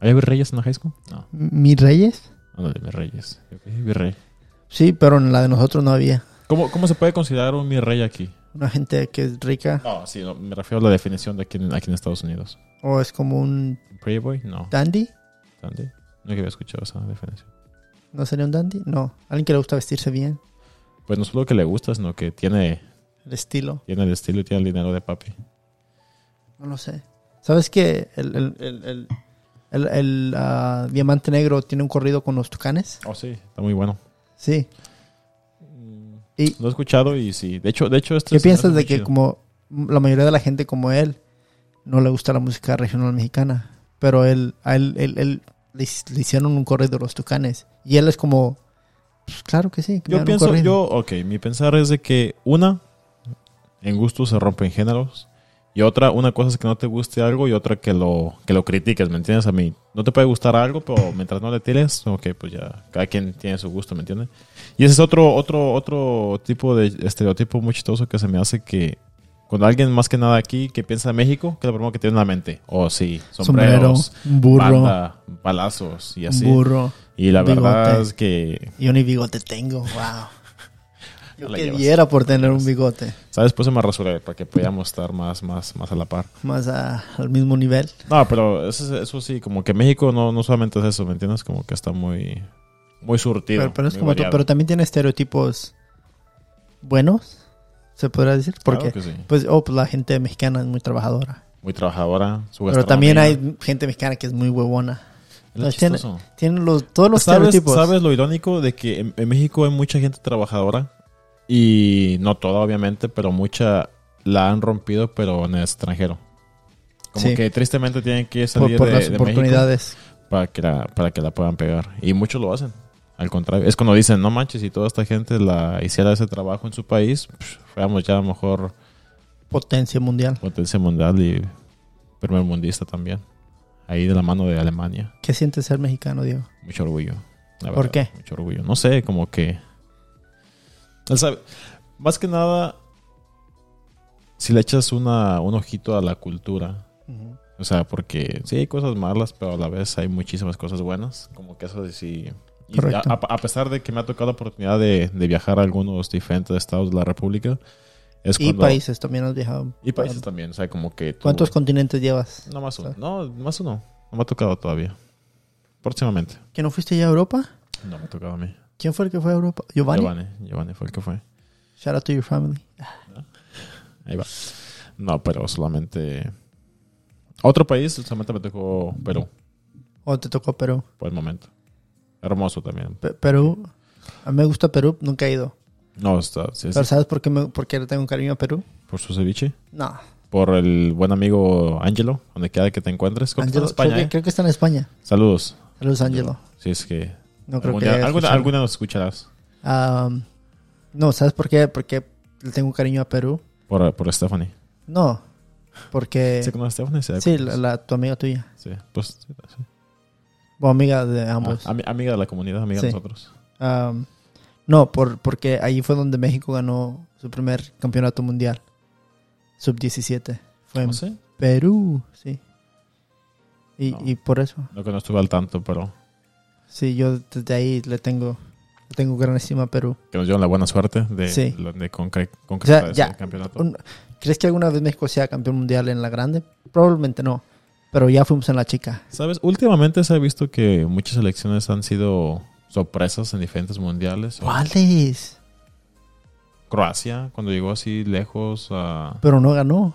B: ¿Hay virreyes en la high school? No,
A: ¿Mis reyes?
B: ándale, virreyes. Yo dije, Virrey.
A: Sí, pero en la de nosotros no había.
B: ¿Cómo, ¿Cómo se puede considerar un virrey aquí?
A: Una gente que es rica
B: No, sí, no, me refiero a la definición de aquí en, aquí en Estados Unidos.
A: o es como un
B: ¿Un pretty boy? No.
A: dandy.
B: Dandy. Nunca había escuchado esa definición.
A: ¿No sería un dandy? No. Alguien que le gusta vestirse bien.
B: Pues no solo que le gusta, sino que tiene,
A: El estilo.
B: tiene el estilo y tiene el dinero de papi.
A: No lo sé. ¿Sabes que el, el- el- el- el- el, ah, diamante negro tiene un corrido con los tucanes?
B: Oh, sí, está muy bueno.
A: Sí. Y-
B: Lo he escuchado y sí. De hecho, de hecho esto
A: ¿Qué
B: es-
A: piensas
B: es
A: de
B: muy
A: que
B: chido.
A: como la mayoría de la gente como él no le gusta la música regional mexicana? Pero él, a él, él- él le, hic- le hicieron un corrido los tucanes. Y él es como, "Pues, claro que sí. que me
B: Yo
A: hagan un
B: pienso,
A: corrido".
B: yo, ok, mi pensar es de que una, en gusto se rompen géneros. Y otra, una cosa es que no te guste algo y otra que lo, que lo critiques, ¿me entiendes? A mí no te puede gustar algo, pero mientras no le tires, ok, pues ya, cada quien tiene su gusto, ¿me entiendes? Y ese es otro, otro, otro tipo de estereotipo muy chistoso que se me hace que cuando alguien más que nada aquí que piensa en México, que es lo primero que tiene en la mente, oh sí,
A: Sombrero,
B: sombreros,
A: un burro,
B: banda, balazos y
A: un
B: así.
A: burro.
B: Y la verdad
A: bigote.
B: es que
A: Y un bigote tengo, wow. Yo
B: La
A: que
B: llevas.
A: diera por tener un bigote
B: ¿Sabes? Después se me rasuré para que podíamos estar más, más, más a la par.
A: más a- al mismo nivel.
B: No, pero eso, eso sí, como que México no, no solamente es eso, ¿me entiendes? Como que está muy, muy surtido.
A: Pero, pero es
B: muy
A: como tú,
B: variado.
A: pero también tiene estereotipos buenos, se podrá decir,
B: Claro
A: porque
B: que sí.
A: pues, oh, pues la gente mexicana es muy trabajadora.
B: Muy trabajadora, su
A: Pero también
B: gastronomía.
A: hay gente mexicana que es muy huevona.
B: Es lo
A: Entonces, tiene-
B: chistoso.
A: Tienen los, todos los
B: ¿Sabes,
A: estereotipos.
B: sabes lo irónico de que en, en México hay mucha gente trabajadora? Y no toda, obviamente, pero mucha la han rompido, pero en el extranjero. Como
A: Sí.
B: que tristemente tienen que salir
A: Por, por
B: de,
A: las
B: de México.
A: oportunidades.
B: para que la, para que la puedan pegar. Y muchos lo hacen. Al contrario, es cuando dicen, no manches, si toda esta gente la hiciera ese trabajo en su país, psh, fuéramos ya a lo mejor
A: Potencia mundial.
B: potencia mundial y primer mundista también. Ahí de la mano de Alemania.
A: ¿Qué siente ser mexicano, Diego?
B: Mucho orgullo. la
A: ¿Por
B: verdad,
A: qué?
B: Mucho orgullo. No sé, como que... él sabe- Más que nada, si le echas una, un ojito a la cultura, o sea, porque sí hay cosas malas, pero a la vez hay muchísimas cosas buenas. Como que eso de sí. y a,
A: Correcto.
B: a- a pesar de que me ha tocado la oportunidad de, de viajar a algunos diferentes estados de la República, es
A: Y
B: cuando-
A: países también has viajado.
B: Y países también. O sea, como que. tú-
A: ¿Cuántos Ah. continentes llevas?
B: No, más uno. No, más uno. No me ha tocado todavía. Próximamente.
A: ¿Que no fuiste ya a Europa?
B: No me ha tocado a mí.
A: ¿Quién fue el que fue a Europa? Giovanni.
B: Giovanni. Giovanni fue el que fue.
A: Shout out to your family.
B: Ahí va. No, pero solamente. Otro país, solamente me tocó Perú,
A: O Oh, te tocó Perú.
B: por el momento. Hermoso también.
A: Pe- Perú. A mí me gusta Perú, nunca he ido.
B: No, está. sí, sí.
A: Pero ¿sabes por qué, me, por qué le tengo cariño a Perú?
B: Por su ceviche.
A: No.
B: por el buen amigo Ángelo, donde quiera que te encuentres. Creo que
A: Angelo-
B: está en
A: creo, que,
B: España, ¿eh?
A: creo que está en España.
B: Saludos.
A: Saludos, Ángelo.
B: Si es que.
A: No creo
B: algún
A: que
B: día-
A: haya
B: alguna,
A: escuchado.
B: alguna nos escucharás
A: Am, no, ¿sabes por qué? Porque le tengo cariño a Perú.
B: por, por Stephanie.
A: No, porque...
B: ¿Se conoce a Stephanie? ¿Se da
A: Eh, Sí,
B: cuenta?
A: la, la- tu amiga tuya.
B: Sí, pues. sí, sí.
A: O amiga de ambos.
B: Ah, ami- amiga de la comunidad, amiga de
A: Sí.
B: nosotros.
A: Am, no, por, porque ahí fue donde México ganó su primer campeonato mundial. Sub-17. Fue en
B: No sé.
A: Perú, sí. Y,
B: No.
A: y por eso.
B: No que no estuve al tanto, pero
A: Sí, yo desde ahí le tengo, le tengo gran estima a Perú.
B: que nos dieron la buena suerte de,
A: Sí.
B: de, concre- concretar ese
A: ya.
B: campeonato.
A: Un- ¿Crees que alguna vez México sea campeón mundial en la grande? Probablemente no. Pero ya fuimos en la chica.
B: ¿Sabes? Últimamente se ha visto que muchas elecciones han sido sorpresas en diferentes mundiales.
A: ¿Cuáles?
B: Croacia, cuando llegó así lejos a.
A: Pero no ganó.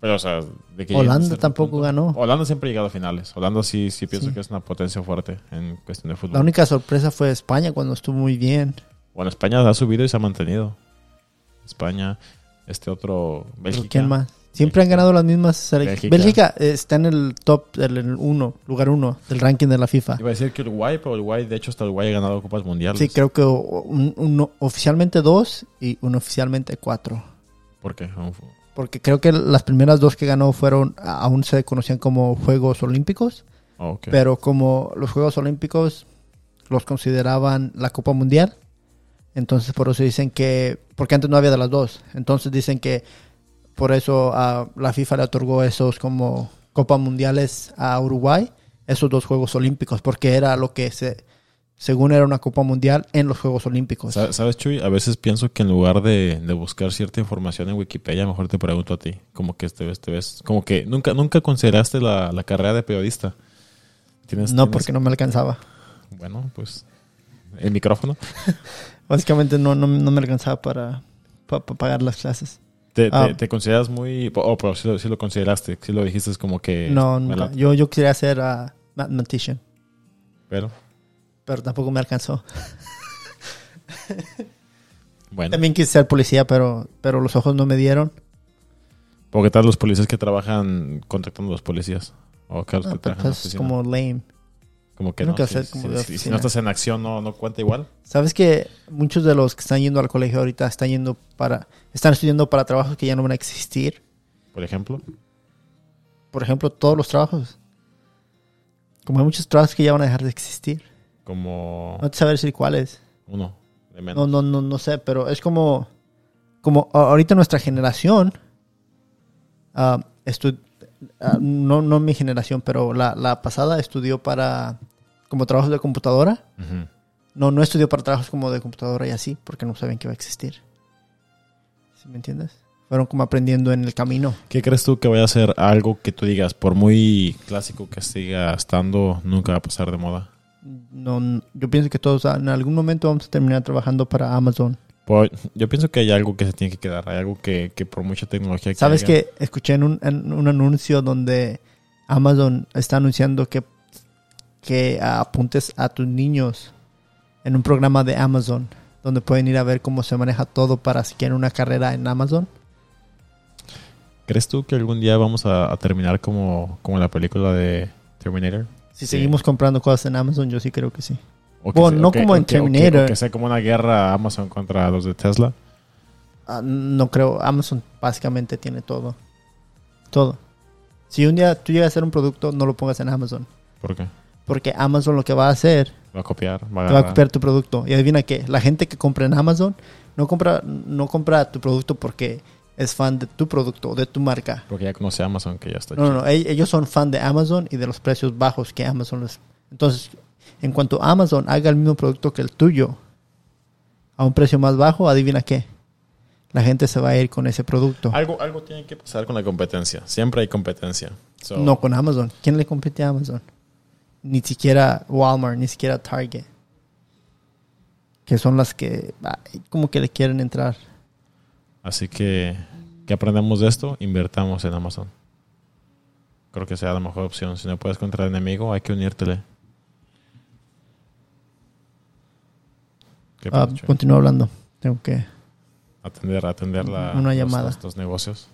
B: Pero, o sea, de que
A: Holanda
B: lleguen hasta el
A: tampoco ganó.
B: Holanda siempre ha llegado a finales. Holanda sí, sí pienso
A: Oh. Sí.
B: que es una potencia fuerte en cuestión de fútbol.
A: La única sorpresa fue España cuando estuvo muy bien.
B: Bueno, España ha subido y se ha mantenido. España, este otro,
A: Pero
B: Bélgica.
A: ¿Quién más? Siempre han ganado las mismas selecciones.
B: Bélgica.
A: Bélgica eh, está en el top, el, el uno, lugar uno del ranking de la FIFA.
B: Iba a decir que Uruguay, pero Uruguay, de hecho, hasta Uruguay ha ganado Copas Mundiales.
A: Sí, creo que o- un- uno- oficialmente dos y uno oficialmente cuatro.
B: ¿Por qué? Aún fu-
A: Porque creo que las primeras dos que ganó fueron, a- aún se conocían como Juegos Olímpicos,
B: Oh, ok.
A: pero como los Juegos Olímpicos los consideraban la Copa Mundial, entonces por eso dicen que, porque antes no había de las dos, entonces dicen que por eso ah, la FIFA le otorgó esos como Copa Mundiales a Uruguay, esos dos Juegos Olímpicos, porque era lo que se, según era una Copa Mundial en los Juegos Olímpicos.
B: Sa- ¿Sabes, Chuy? A veces pienso que en lugar de, de buscar cierta información en Wikipedia, mejor te pregunto a ti. Como que te ves, te ves. Como que nunca, nunca consideraste la, la carrera de periodista. ¿Tienes,
A: No,
B: tienes-
A: porque no me alcanzaba.
B: Bueno, pues. El micrófono.
A: Básicamente no, no, no me alcanzaba para, pa- pa pagar las clases.
B: ¿Te,
A: Ah.
B: te, te consideras muy.? Oh, pero sí lo, sí lo consideraste. Sí lo dijiste, es como que.
A: no,
B: me
A: nunca.
B: la-
A: Yo, yo quería ser ah, mathematician,
B: Pero.
A: pero tampoco me alcanzó.
B: Bueno.
A: También quise ser policía, pero, pero los ojos no me dieron.
B: ¿Por qué tal los policías que trabajan contactando a los policías? O que los
A: Ah,
B: que
A: pero
B: trabajan en la
A: pues, es
B: oficina.
A: como lame.
B: Como que
A: Tiene
B: no.
A: que
B: si-
A: ser
B: si-
A: como
B: si-
A: de
B: si- si
A: oficina.
B: no estás en acción, no, no cuenta igual.
A: Sabes que muchos de los que están yendo al colegio ahorita están yendo para, están estudiando para trabajos que ya no van a existir.
B: Por ejemplo.
A: Por ejemplo, todos los trabajos. Como hay muchos trabajos que ya van a dejar de existir.
B: Como.
A: No te saber decir cuáles.
B: Uno. De menos.
A: Ah. No, no, no, no sé, pero es como, como a- ahorita nuestra generación, ah, estu- ah, no, no mi generación, pero la, la pasada estudió para como trabajos de computadora.
B: Ujú.
A: No, no estudió para trabajos como de computadora y así, porque no saben que va a existir. ¿Sí me entiendes? Fueron como aprendiendo en el camino.
B: ¿Qué crees tú que vaya a ser algo que tú digas, por muy clásico que siga estando, nunca va a pasar de moda?
A: No, n- yo pienso que todos ah, en algún momento vamos a terminar trabajando para Amazon.
B: Por- yo pienso que hay algo que se tiene que quedar, hay algo que, que por mucha tecnología que
A: ¿Sabes
B: haya-
A: que escuché en un, en un anuncio donde Amazon está anunciando que, que apuntes a tus niños en un programa de Amazon donde pueden ir a ver cómo se maneja todo para si quieren una carrera en Amazon?
B: ¿Crees tú que algún día vamos a, a terminar como, como la película de Terminator?
A: Si
B: Sí.
A: seguimos comprando cosas en Amazon, yo sí creo que sí.
B: O que
A: Bueno,
B: sea-
A: no
B: o que-
A: como
B: o
A: en
B: que- o que-
A: Terminator.
B: o que sea como una guerra Amazon contra los de Tesla.
A: Ah, no creo, Amazon básicamente tiene todo. Todo. Si un día tú llegas a hacer un producto, no lo pongas en Amazon.
B: ¿Por qué?
A: Porque Amazon lo que va a hacer
B: Va a copiar, va a
A: te va a
B: agarrar.
A: copiar tu producto. Y adivina que la gente que compra en Amazon no compra, no compra tu producto porque es fan de tu producto o de tu marca.
B: Porque ya conoce a Amazon, que ya está
A: No, no, no, e- ellos son fan de Amazon y de los precios bajos que Amazon les. Entonces, en cuanto Amazon haga el mismo producto que el tuyo a un precio más bajo, adivina qué. La gente se va a ir con ese producto.
B: Algo, algo tiene que pasar con la competencia. Siempre hay competencia. So,
A: No con Amazon. ¿Quién le compite a Amazon? Ni siquiera Walmart, ni siquiera Target. Que son las que ah, como que le quieren entrar.
B: Así que, que aprendamos de esto, invertamos en Amazon. Creo que sea la mejor opción. Si no puedes contra el enemigo, hay que unírtele. ¿Qué
A: Ah,
B: pasa, Chuy?
A: continúo hablando. Tengo que.
B: atender, atender la,
A: Una
B: los-
A: llamada.
B: los- los negocios.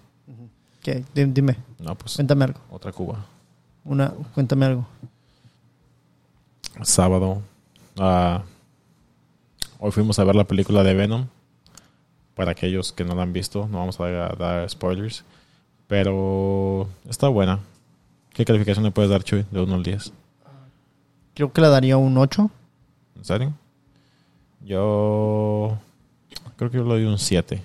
A: ¿qué? Di- Dime,
B: No, pues
A: cuéntame algo.
B: otra Cuba.
A: Una, cuéntame algo.
B: sábado. ah, hoy fuimos a ver la película de Venom. Para aquellos que no la han visto, no vamos a dar, dar spoilers. Pero está buena. ¿Qué calificación le puedes dar, Chuy, de 1 al 10?
A: Creo que le daría un 8.
B: ¿En serio? Yo creo que yo le doy un 7.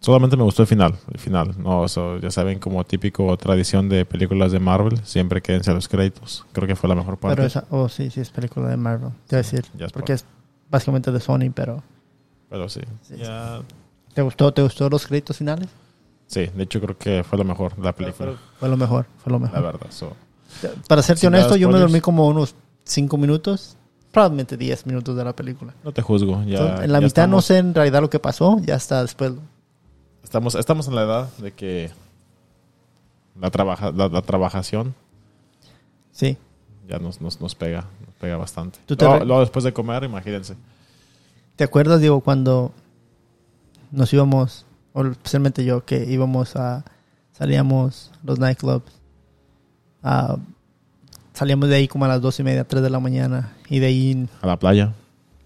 B: Solamente me gustó el final. El final. No, eso ya saben, como típico tradición de películas de Marvel, siempre quédense a los créditos. Creo que fue la mejor parte.
A: Pero esa. Oh, sí, sí, es película de Marvel. Te voy a decir.
B: Ya es
A: Porque es básicamente de Sony, pero.
B: Pero sí.
A: Sí,
B: Ya-
A: ¿Te gustó, ¿Te gustó los créditos finales?
B: Sí, de hecho creo que fue lo mejor de la película,
A: Fue lo mejor. Fue lo
B: la
A: mejor.
B: verdad. so.
A: Para serte
B: Sin dar
A: honesto, yo me
B: spoilers.
A: dormí como unos 5 minutos. Probablemente 10 minutos de la película.
B: no te juzgo. Ya,
A: Entonces, en la
B: ya
A: mitad no
B: estamos,
A: sé en realidad lo que pasó. Ya está después.
B: Estamos, estamos en la edad de que la, trabaja, la, la trabajación
A: Sí.
B: ya nos, nos, nos pega, nos pega bastante.
A: ¿Tú te
B: luego,
A: re-
B: luego después de comer, imagínense.
A: ¿Te acuerdas, Diego, cuando nos íbamos, o o especialmente yo, que íbamos a, salíamos a los nightclubs, a- salíamos de ahí como a las dos y media, tres de la mañana, y de ahí,
B: A la playa.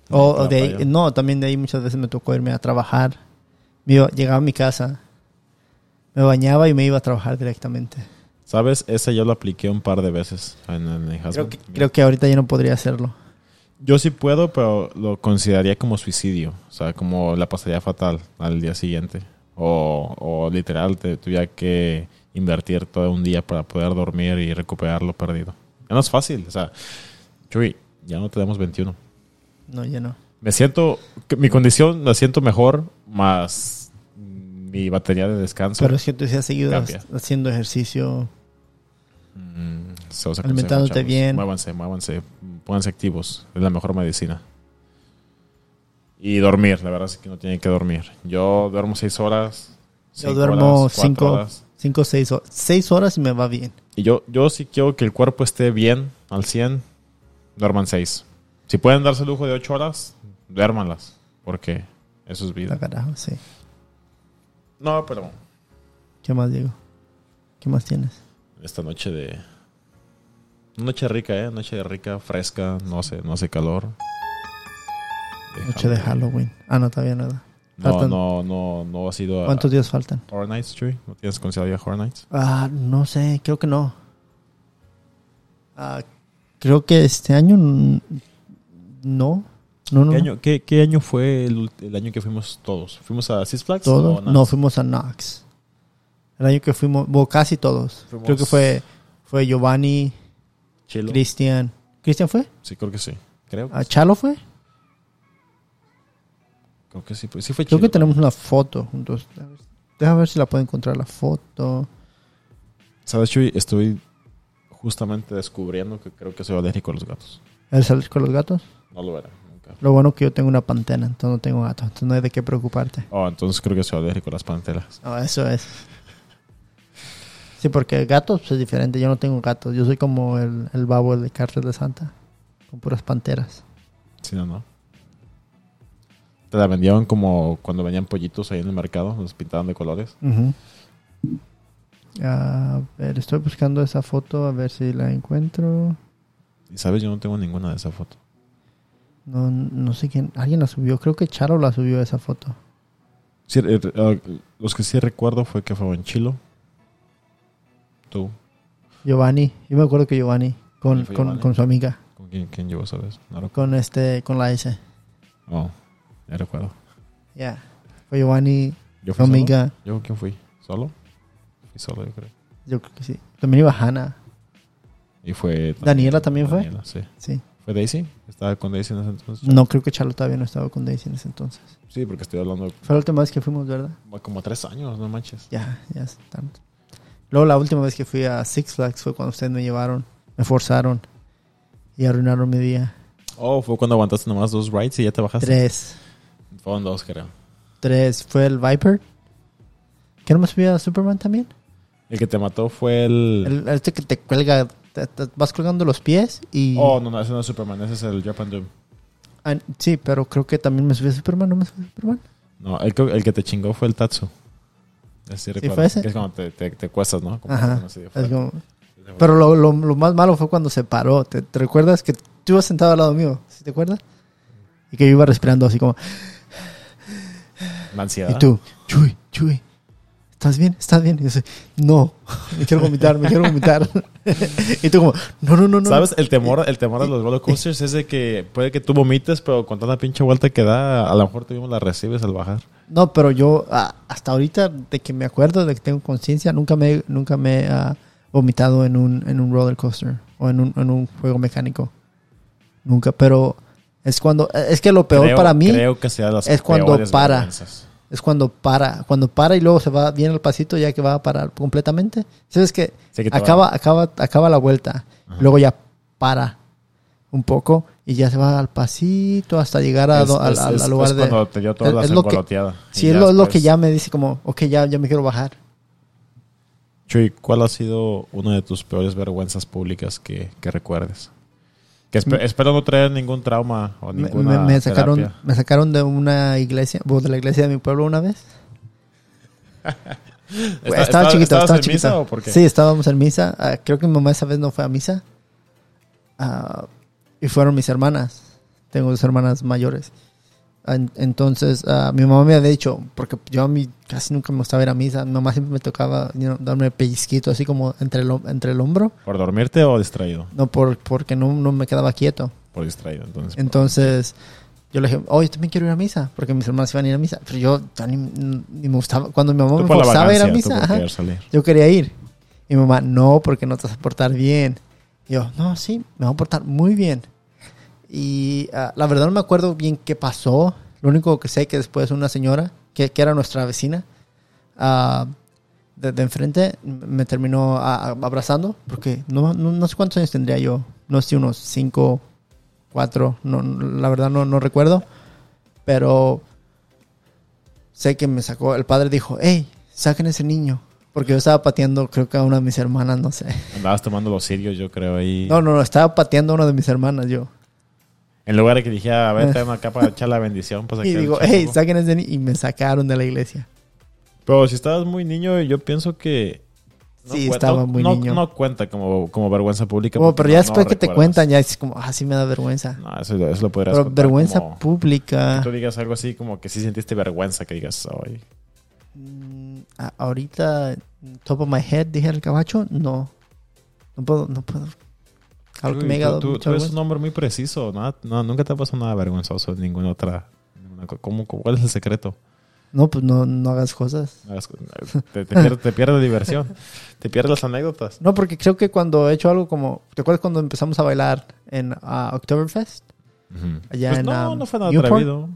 A: o,
B: A
A: o
B: la
A: de ahí-
B: playa.
A: no, también de ahí muchas veces me tocó irme a trabajar, me iba- llegaba a mi casa, me bañaba y me iba a trabajar directamente.
B: ¿Sabes? Esa yo la apliqué un par de veces en, en el
A: Creo
B: Hasbro.
A: que, creo que ahorita yo no podría hacerlo.
B: Yo sí puedo, pero lo consideraría como suicidio. O sea, como la pasaría fatal al día siguiente. O, o literal, te tuviera que invertir todo un día para poder dormir y recuperar lo perdido. Ya no es fácil. O sea, Chuy, ya no tenemos 21.
A: No, ya no.
B: Me siento, que mi condición la siento mejor, más mi batería de descanso.
A: Pero es que tú sí has seguido
B: Cambia.
A: ha- haciendo ejercicio.
B: Mm, se los aconsejo,
A: Alimentándote
B: chavos.
A: bien.
B: Muévanse, muévanse. Pónganse activos. Es la mejor medicina. Y dormir, la verdad es que no tienen que dormir. Yo duermo seis horas.
A: Yo
B: cinco
A: duermo
B: cuatro
A: cinco. Cinco, seis horas. Seis horas y me va bien.
B: Y yo, yo sí quiero que el cuerpo esté bien, al 100, duerman seis. Si pueden darse el lujo de ocho horas, duérmanlas. Porque eso es
A: La
B: vida.
A: carajo, sí.
B: No, pero
A: ¿Qué más, Diego? ¿Qué más tienes?
B: esta noche de... Noche rica, ¿eh? Noche rica, fresca, no sé, no hace calor.
A: Noche de Halloween. Ah, no, todavía nada.
B: No,
A: Faltan-
B: no, no, no has ido a
A: ¿Cuántos días faltan?
B: Horror Nights, Chuy. ¿No tienes considerado ya Horror Nights?
A: Ah, no sé, creo que no. Ah, creo que este año mm, no. No, no.
B: ¿Qué
A: no.
B: año, qué, qué año fue el, ult- el año que fuimos todos? ¿Fuimos a Six Flags?
A: Todos.
B: o
A: No,
B: nada?
A: fuimos a Knox. El año que fuimos, bueno, casi todos.
B: Fuimos-
A: Creo que fue, fue Giovanni,
B: Chilo.
A: Cristian. ¿Cristian fue?
B: Sí, creo que sí. Creo,
A: ¿A Chalo fue?
B: creo que sí. fue- Sí fue
A: Creo
B: Chilo.
A: que tenemos una foto juntos. Déjame ver si la puedo encontrar la foto.
B: ¿Sabes, Chuy? Estoy justamente descubriendo que creo que soy alérgico a los gatos.
A: ¿El salir con los gatos?
B: No lo era, nunca.
A: Lo bueno que yo tengo una pantera, entonces no tengo gatos, entonces no hay de qué preocuparte.
B: Oh, entonces creo que soy alérgico a las panteras.
A: No, eso es. Sí, porque gatos pues, es diferente. Yo no tengo gatos. Yo soy como el, el babo de Cárcel de Santa. Con puras panteras.
B: Sí, no, no. Te la vendían como cuando venían pollitos ahí en el mercado, los pintaban de colores.
A: A ver, estoy buscando esa foto a ver si la encuentro.
B: Y sabes, yo no tengo ninguna de esa foto.
A: No, no sé quién. Alguien la subió. Creo que Charo la subió esa foto.
B: Sí, eh, eh, los que sí recuerdo fue que fue en Chilo. Tú.
A: Giovanni. Yo me acuerdo que Giovanni. Con,
B: Sí, fue
A: con-
B: Giovanni.
A: con su amiga.
B: ¿Con quién, quién llevó esa vez? No recuerdo.
A: Con este con la S. Ya.
B: Oh, ya recuerdo.
A: Fue Giovanni,
B: ¿Yo
A: su
B: fui solo?
A: amiga.
B: ¿Yo con quién fui? ¿Solo? Fui solo, yo creo.
A: Yo creo que sí. También iba Hannah.
B: Y fue...
A: ¿Daniela también fue?
B: Daniela, Ah, sí.
A: Sí.
B: ¿Fue Daisy? ¿Estaba con Daisy en ese entonces?
A: No, creo que Charlo todavía no estaba con Daisy en ese entonces.
B: Sí, porque estoy hablando de
A: Fue la última vez que fuimos, ¿verdad?
B: como tres años, no manches.
A: Ya, ya es tanto. Luego la última vez que fui a Six Flags fue cuando ustedes me llevaron, me forzaron y arruinaron mi día.
B: Oh, fue cuando aguantaste nomás dos rides y ya te bajaste.
A: Tres.
B: Fueron dos, creo.
A: Tres. Fue el Viper. ¿Que no me subí a Superman también?
B: El que te mató fue el...
A: El, este que te cuelga, te- te vas colgando los pies y...
B: Oh, no, no, ese no es Superman, ese es el Japan Doom.
A: Ah, sí, pero creo que también me subí a Superman, ¿no me subí a Superman?
B: No, el, que- el que te chingó fue el Tatsu. Así recuerdo.
A: fue ese?
B: Que es cuando te, te, te cuestas, ¿no? Como
A: Ajá.
B: así de
A: Es
B: fuerte.
A: como- pero lo, lo- lo más malo fue cuando se paró. ¿Te, te recuerdas que tú ibas sentado al lado mío? ¿Sí te acuerdas? Y que yo iba respirando así como...
B: La ansiedad.
A: Y tú, Chuy, Chuy, ¿estás bien? ¿Estás bien? Y yo soy, no, me quiero vomitar, me quiero vomitar. y tú como, no, no, no, no.
B: ¿Sabes? El temor, el temor de los roller coasters es de que puede que tú vomites, pero con tanta pinche vuelta que da, a lo mejor tú mismo la recibes al bajar.
A: No, pero yo ah, hasta ahorita, de que me acuerdo, de que tengo conciencia, nunca me, nunca me he ah, vomitado en un, en un roller coaster o en un, en un juego mecánico. Nunca, pero es cuando, e, es que lo peor
B: Creo-
A: para mí
B: creo que sea de las
A: es cuando
B: peores
A: para.
B: vergüenzas.
A: es cuando para, cuando para y luego se va bien el pasito ya que va a parar completamente. ¿Sabes que
B: Sí, que te
A: acaba, acaba, acaba la vuelta, luego ya para un poco y ya se va al pasito hasta llegar a,
B: Es-
A: do- al-
B: es-
A: al-
B: es-
A: al lugar
B: es
A: de...
B: cuando te dio toda
A: es-
B: la
A: es lo que-
B: sangoloteada. Y
A: Sí, es lo, es lo que
B: después-
A: ya me dice como, ok, ya, ya me quiero bajar.
B: Chuy, ¿cuál ha sido una de tus peores vergüenzas públicas que, que recuerdes? Que espe- espero no traer ningún trauma o
A: Mm. Me,
B: ninguna
A: me- me sacaron,
B: terapia.
A: pues, me sacaron de una iglesia, bueno, de la iglesia de mi pueblo una vez. Estaba, chiquito,
B: ¿estabas
A: estaba
B: en misa
A: chiquito.
B: o por qué?
A: Sí, estábamos en misa. Ah, creo que mi mamá esa vez no fue a misa. Ah, y fueron mis hermanas. Tengo dos hermanas mayores. En- entonces, ah, mi mamá me había dicho, porque yo a mí casi nunca me gustaba ir a misa. Mi mamá siempre me tocaba you know, darme pellizquito así como entre el, hom- entre el hombro.
B: ¿Por dormirte o distraído?
A: No, por, porque no, no me quedaba quieto.
B: Por distraído, entonces. pues,
A: Entonces, yo le dije, oh, yo también quiero ir a misa, porque mis hermanas iban a ir a misa. Pero yo ya ni, ni me gustaba. Cuando mi mamá
B: tú
A: me
B: por la
A: forzaba a ir a
B: vacancia, tú
A: misa,
B: por
A: ajá,
B: querer salir.
A: yo quería ir. Y mi mamá, no, porque no te vas a portar bien. Y yo, no, sí, me voy a portar muy bien. Y ah, la verdad no me acuerdo bien qué pasó. Lo único que sé que después una señora, que, que era nuestra vecina, ah, de, de enfrente, me terminó ah, ah, abrazando. Porque no, no, no sé cuántos años tendría yo. No sé si unos cinco, cuatro. No, no, la verdad no, no recuerdo. Pero sé que me sacó. El padre dijo, hey, saquen ese niño. Porque yo estaba pateando, creo que a una de mis hermanas, no sé.
B: Andabas tomando los sirios, yo creo, ahí.
A: No, no, no, estaba pateando a una de mis hermanas yo.
B: En lugar de que dijera, a ver, tráeme acá para echar la bendición. Pues,
A: Y
B: acá
A: digo,
B: el
A: hey,
B: chamuco".
A: saquen ese niño. Y me sacaron de la iglesia.
B: Pero si estabas muy niño, yo pienso que.
A: Sí,
B: cuen-
A: estaba muy
B: no-
A: niño.
B: No cuenta como, como vergüenza pública.
A: Como, pero
B: porque no-
A: ya
B: no
A: después que te
B: recuerdas.
A: cuentan, ya es como, ah, sí me da vergüenza.
B: No, eso, eso lo podrías
A: Pero
B: contar
A: vergüenza
B: como-
A: pública.
B: Que tú digas algo así como que sí sentiste vergüenza, que digas, ay.
A: Mm, a- ahorita, top of my head, dije el cabacho, no. No puedo, no puedo. Algo que
B: Uy,
A: me haya
B: tú-
A: dado
B: tú,
A: mucha
B: tú eres
A: vergüenza.
B: un hombre muy preciso. Nada, no, nunca te ha pasado nada vergonzoso en ninguna otra. ninguna co- ¿cómo- ¿Cuál es el secreto?
A: No, pues no, no hagas cosas.
B: No hagas- Te, te pierdes, te pierdes la diversión. Te pierdes las anécdotas.
A: No, porque creo que cuando he hecho algo como. ¿Te acuerdas cuando empezamos a bailar en ah, Oktoberfest?
B: Ujú.
A: Allá
B: Pues
A: en,
B: no,
A: um,
B: no fue nada
A: Newport.
B: atrevido.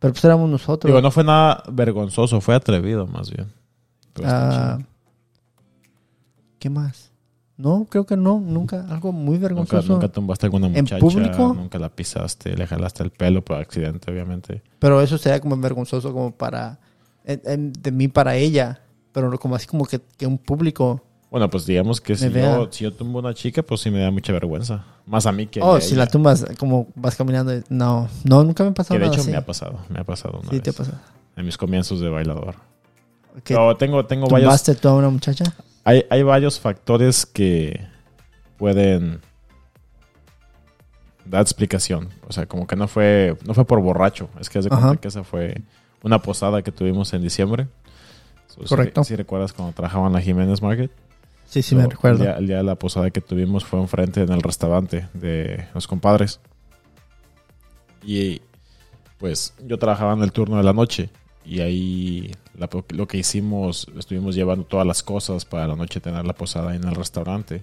A: Pero pues éramos nosotros.
B: Digo, no fue nada vergonzoso, fue atrevido más bien. Pues, Pero está
A: Ah,
B: chido.
A: ¿Qué más? No, creo que no, nunca. Algo muy
B: nunca,
A: vergonzoso.
B: nunca tumbaste a alguna
A: ¿En
B: muchacha,
A: público?
B: nunca la pisaste, le jalaste el pelo por accidente, obviamente.
A: Pero eso sería como vergonzoso como para... en- en- de mí para ella. Pero no como así como que, que un público...
B: Bueno, pues digamos que si
A: vea.
B: yo, si yo tumbo a una chica, pues sí me da mucha vergüenza. Más a mí que
A: oh,
B: a
A: si
B: ella.
A: la tumbas, como vas caminando... y- No, no, nunca me ha pasado
B: Que de
A: nada
B: hecho
A: así.
B: me ha pasado, me ha pasado una
A: Sí,
B: vez.
A: te ha pasado.
B: En mis comienzos de bailador.
A: Que
B: Pero tengo, tengo varios,
A: ¿Tumbaste tú a una muchacha?
B: hay, hay varios factores que pueden dar explicación. O sea, como que no fue, no fue por borracho. Es que haz de cuenta
A: Ajá.
B: que esa fue una posada que tuvimos en diciembre. So, si-
A: Correcto.
B: Si, recuerdas cuando trabajaba en la Jiménez Market.
A: Sí, sí,
B: So,
A: me recuerdo.
B: El día, el día de la posada que tuvimos fue enfrente en el restaurante de los compadres. Y pues yo trabajaba en el turno de la noche. Y ahí la po- lo que hicimos, estuvimos llevando todas las cosas para la noche tener la posada en el restaurante.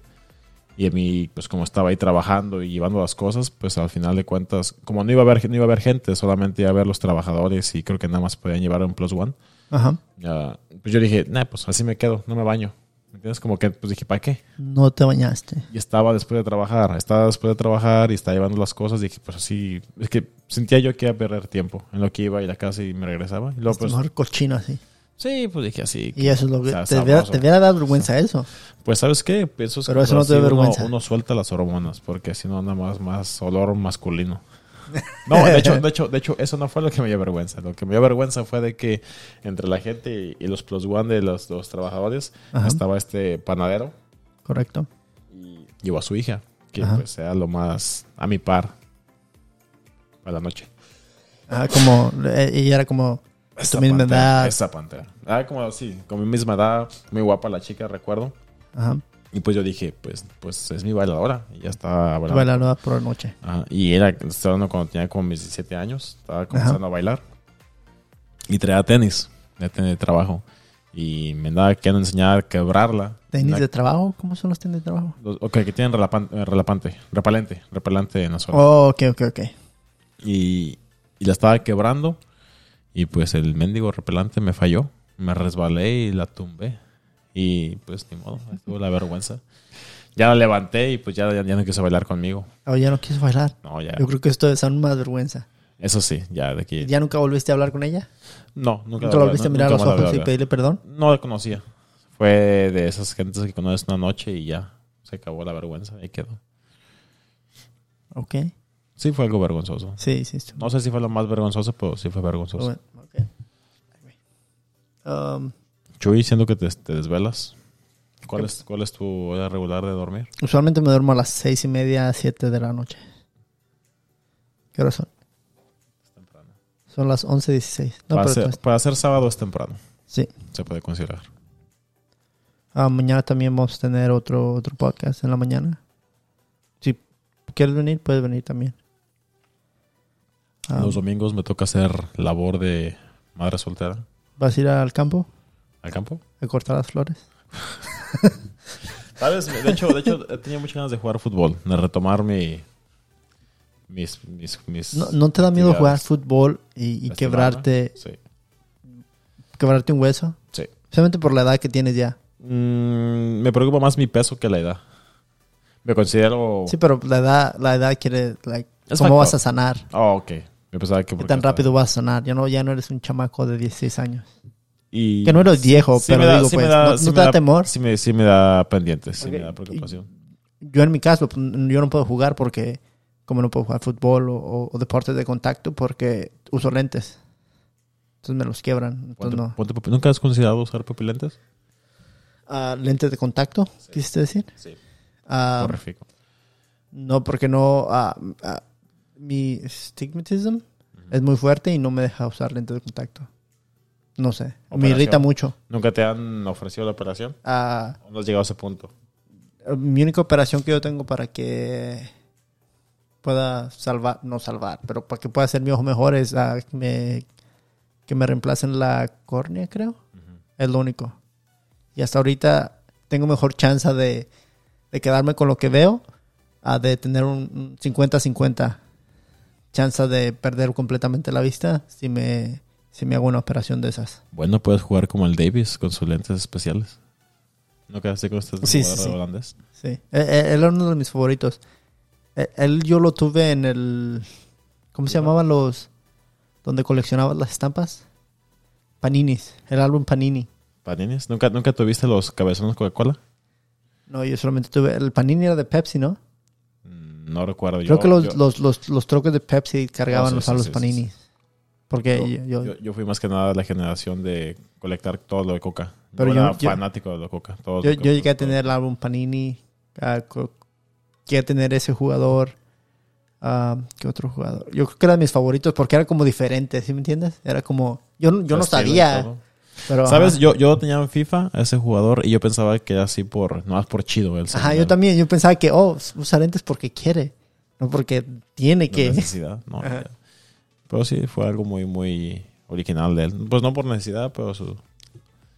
B: Y a mí, pues como estaba ahí trabajando y llevando las cosas, pues al final de cuentas, como no iba a haber, no iba a haber gente, solamente iba a haber los trabajadores y creo que nada más podían llevar un plus one.
A: Ajá.
B: Ah, pues yo dije, nah, pues así me quedo, no me baño. ¿Me entiendes? Como que pues dije, ¿para qué?
A: No te bañaste.
B: Y estaba después de trabajar, estaba después de trabajar y estaba llevando las cosas. Dije, pues así, es que sentía yo que iba a perder tiempo en lo que iba y la casa y me regresaba. Y luego,
A: Este
B: pues,
A: mejor cochino así.
B: sí, pues dije así.
A: Y eso es lo que...
B: Está
A: te, hubiera,
B: sabroso.
A: te hubiera dado vergüenza eso.
B: Pues, ¿sabes qué? Pues, Eso es
A: Pero eso
B: cuando
A: no te da
B: así uno-
A: vergüenza.
B: Uno suelta las hormonas porque si no anda más, más olor masculino. No, de hecho, de hecho, de hecho, eso no fue lo que me dio vergüenza. Lo que me dio vergüenza fue de que entre la gente y los plus one de los, los trabajadores
A: Ajá.
B: estaba este panadero
A: Correcto.
B: y llevó a su hija, que
A: Ajá.
B: pues sea lo más a mi par a la noche.
A: Ah, como... eh, Ella era como...
B: Esa
A: misma
B: pantera,
A: edad.
B: Esa pantera. Ah, como así, con mi misma edad, muy guapa la chica, recuerdo.
A: Ajá.
B: Y pues yo dije, pues, pues es mi bailadora. Y ya estaba bailando.
A: Bailar por la noche.
B: Ajá, y era, estaba hablando cuando tenía como mis 17 años, estaba comenzando a bailar. Y traía tenis, de tenis de trabajo. Y me andaba queriendo enseñar a quebrarla.
A: ¿Tenis
B: Una-
A: de trabajo? ¿Cómo son los tenis de trabajo?
B: los- Ok, que tienen relapan- eh, relapante, repelente, repelente en la zona.
A: Oh, ok, ok, ok.
B: y, y la estaba quebrando. Y pues el mendigo repelante me falló. Me resbalé y la tumbé. Y pues ni modo, ahí estuvo la vergüenza. Ya la levanté y pues ya, ya, ya no quiso bailar conmigo.
A: Oh, ya no quieres bailar.
B: No, ya.
A: Yo creo que esto es aún más vergüenza.
B: Eso sí, ya de aquí.
A: ¿Ya nunca volviste a hablar con ella?
B: No,
A: ¿Nunca
B: nunca,
A: la
B: hablé,
A: volviste a
B: no,
A: mirar a
B: nunca
A: los
B: más la
A: ojos y
B: hablé.
A: pedirle perdón?
B: No la conocía. Fue de esas gentes que conoces una noche y ya. Se acabó la vergüenza. Ahí quedó.
A: Ok.
B: Sí, fue algo vergonzoso.
A: Sí, sí. estuvo
B: No pues. sé si fue lo más vergonzoso, pero sí fue vergonzoso.
A: bueno. Ok. Um,
B: Chuy, siento que te, te desvelas. ¿Cuál es, ¿Cuál es tu hora regular de dormir?
A: Usualmente me duermo a las seis y media, siete de la noche. ¿Qué hora son? Son las 11.16. No,
B: para,
A: pero
B: ser,
A: no es-
B: para ser sábado es temprano,
A: sí.
B: se puede considerar.
A: Ah, mañana también vamos a tener otro, otro podcast en la mañana. Si quieres venir, puedes venir también. Ah,
B: Los domingos me toca hacer labor de madre soltera
A: ¿Vas a ir al campo
B: al campo.
A: a cortar las flores?
B: ¿Sabes? De hecho, de hecho he tenido muchas ganas de jugar fútbol, de retomar mi, mis, mis, mis-
A: ¿No, no te da miedo jugar
B: Actividades.
A: fútbol y, y
B: lastimarme.
A: quebrarte,
B: Sí,
A: quebrarte un hueso?
B: sí.
A: Solamente por la edad que tienes ya.
B: Mm, me preocupa más mi peso que la edad. Me considero...
A: Sí, pero la edad, la edad quiere, like,
B: Oh. Es
A: ¿cómo
B: factor.
A: vas a sanar?
B: Oh, ok. Me pensaba que...
A: ¿Qué
B: porque
A: tan
B: estaba-
A: rápido vas a sanar? Ya no, ya no eres un chamaco de 16 años.
B: Y
A: Que no eres viejo,
B: sí
A: pero
B: me da-
A: digo,
B: sí me
A: pues,
B: da-
A: ¿no,
B: sí
A: no
B: me
A: te da,
B: da-
A: temor?
B: Sí me, sí me da pendientes, sí me da
A: Ok.
B: preocupación.
A: Yo en mi caso, pues, n- yo no puedo jugar porque, como no puedo jugar fútbol o, o- o deportes de contacto porque uso lentes. Entonces me los quiebran.
B: Ponte-
A: Entonces no.
B: ponte pupil- ¿Nunca has considerado usar pupilentes?
A: Ah, lentes de contacto, quisiste decir.
B: Sí.
A: Ah,
B: Correfico.
A: no, porque no. ah, ah, mi stigmatism es muy fuerte y no me deja usar lentes de contacto. No sé. Me
B: Operación.
A: irrita mucho.
B: ¿Nunca te han ofrecido la operación?
A: Ah,
B: ¿O no has llegado a ese punto?
A: eh, mi única operación que yo tengo para que pueda salvar, no salvar, pero para que pueda ser mi ojo mejor es ah, que me, que me reemplacen la córnea, creo. Es lo único. Y hasta ahorita tengo mejor chance de, de quedarme con lo que veo a de tener un un 50-50 chance de perder completamente la vista si me, si me hago una operación de esas.
B: Bueno, puedes jugar como el Davis con sus lentes especiales. ¿No quedaste con este
A: Sí, sí,
B: jugador
A: sí.
B: holandés?
A: Sí. Eh, eh, Él era uno de mis favoritos. Eh, Él yo lo tuve en el. ¿Cómo se llamaban los. donde coleccionabas las estampas? Paninis. El álbum Panini.
B: ¿Panines? ¿Nunca, ¿Nunca tuviste los cabezones Coca-Cola?
A: No, yo solamente tuve. El Panini era de Pepsi, ¿no?
B: Mm, No recuerdo.
A: Creo
B: yo,
A: que los,
B: yo-
A: los, los, los troques de Pepsi cargaban
B: Ah, sí,
A: los
B: sí,
A: a los
B: sí, sí,
A: Panini. Porque
B: yo-
A: yo, yo-
B: yo- yo fui más que nada de la generación de colectar todo lo de Coca.
A: Pero
B: yo,
A: yo-
B: era
A: yo-
B: fanático de la Coca. todo
A: yo-
B: lo que-
A: yo llegué a
B: todo.
A: tener el álbum Panini. ah, co- llegué a tener ese jugador. ah, ¿Qué otro jugador? Yo creo que eran mis favoritos porque era como diferente, ¿sí me entiendes? Era como. Yo, no- yo no
B: Estilo y
A: sabía.
B: todo.
A: Pero,
B: ¿Sabes?
A: ajá.
B: Yo, yo tenía en FIFA a ese jugador y yo pensaba que era así por... No, por chido. Él
A: Ajá, yo también. Yo pensaba que, oh, usa lentes porque quiere. No porque tiene
B: de
A: que.
B: necesidad, no,
A: Ajá.
B: ya. Pero sí, fue algo muy, muy original de él. Pues no por necesidad, pero su...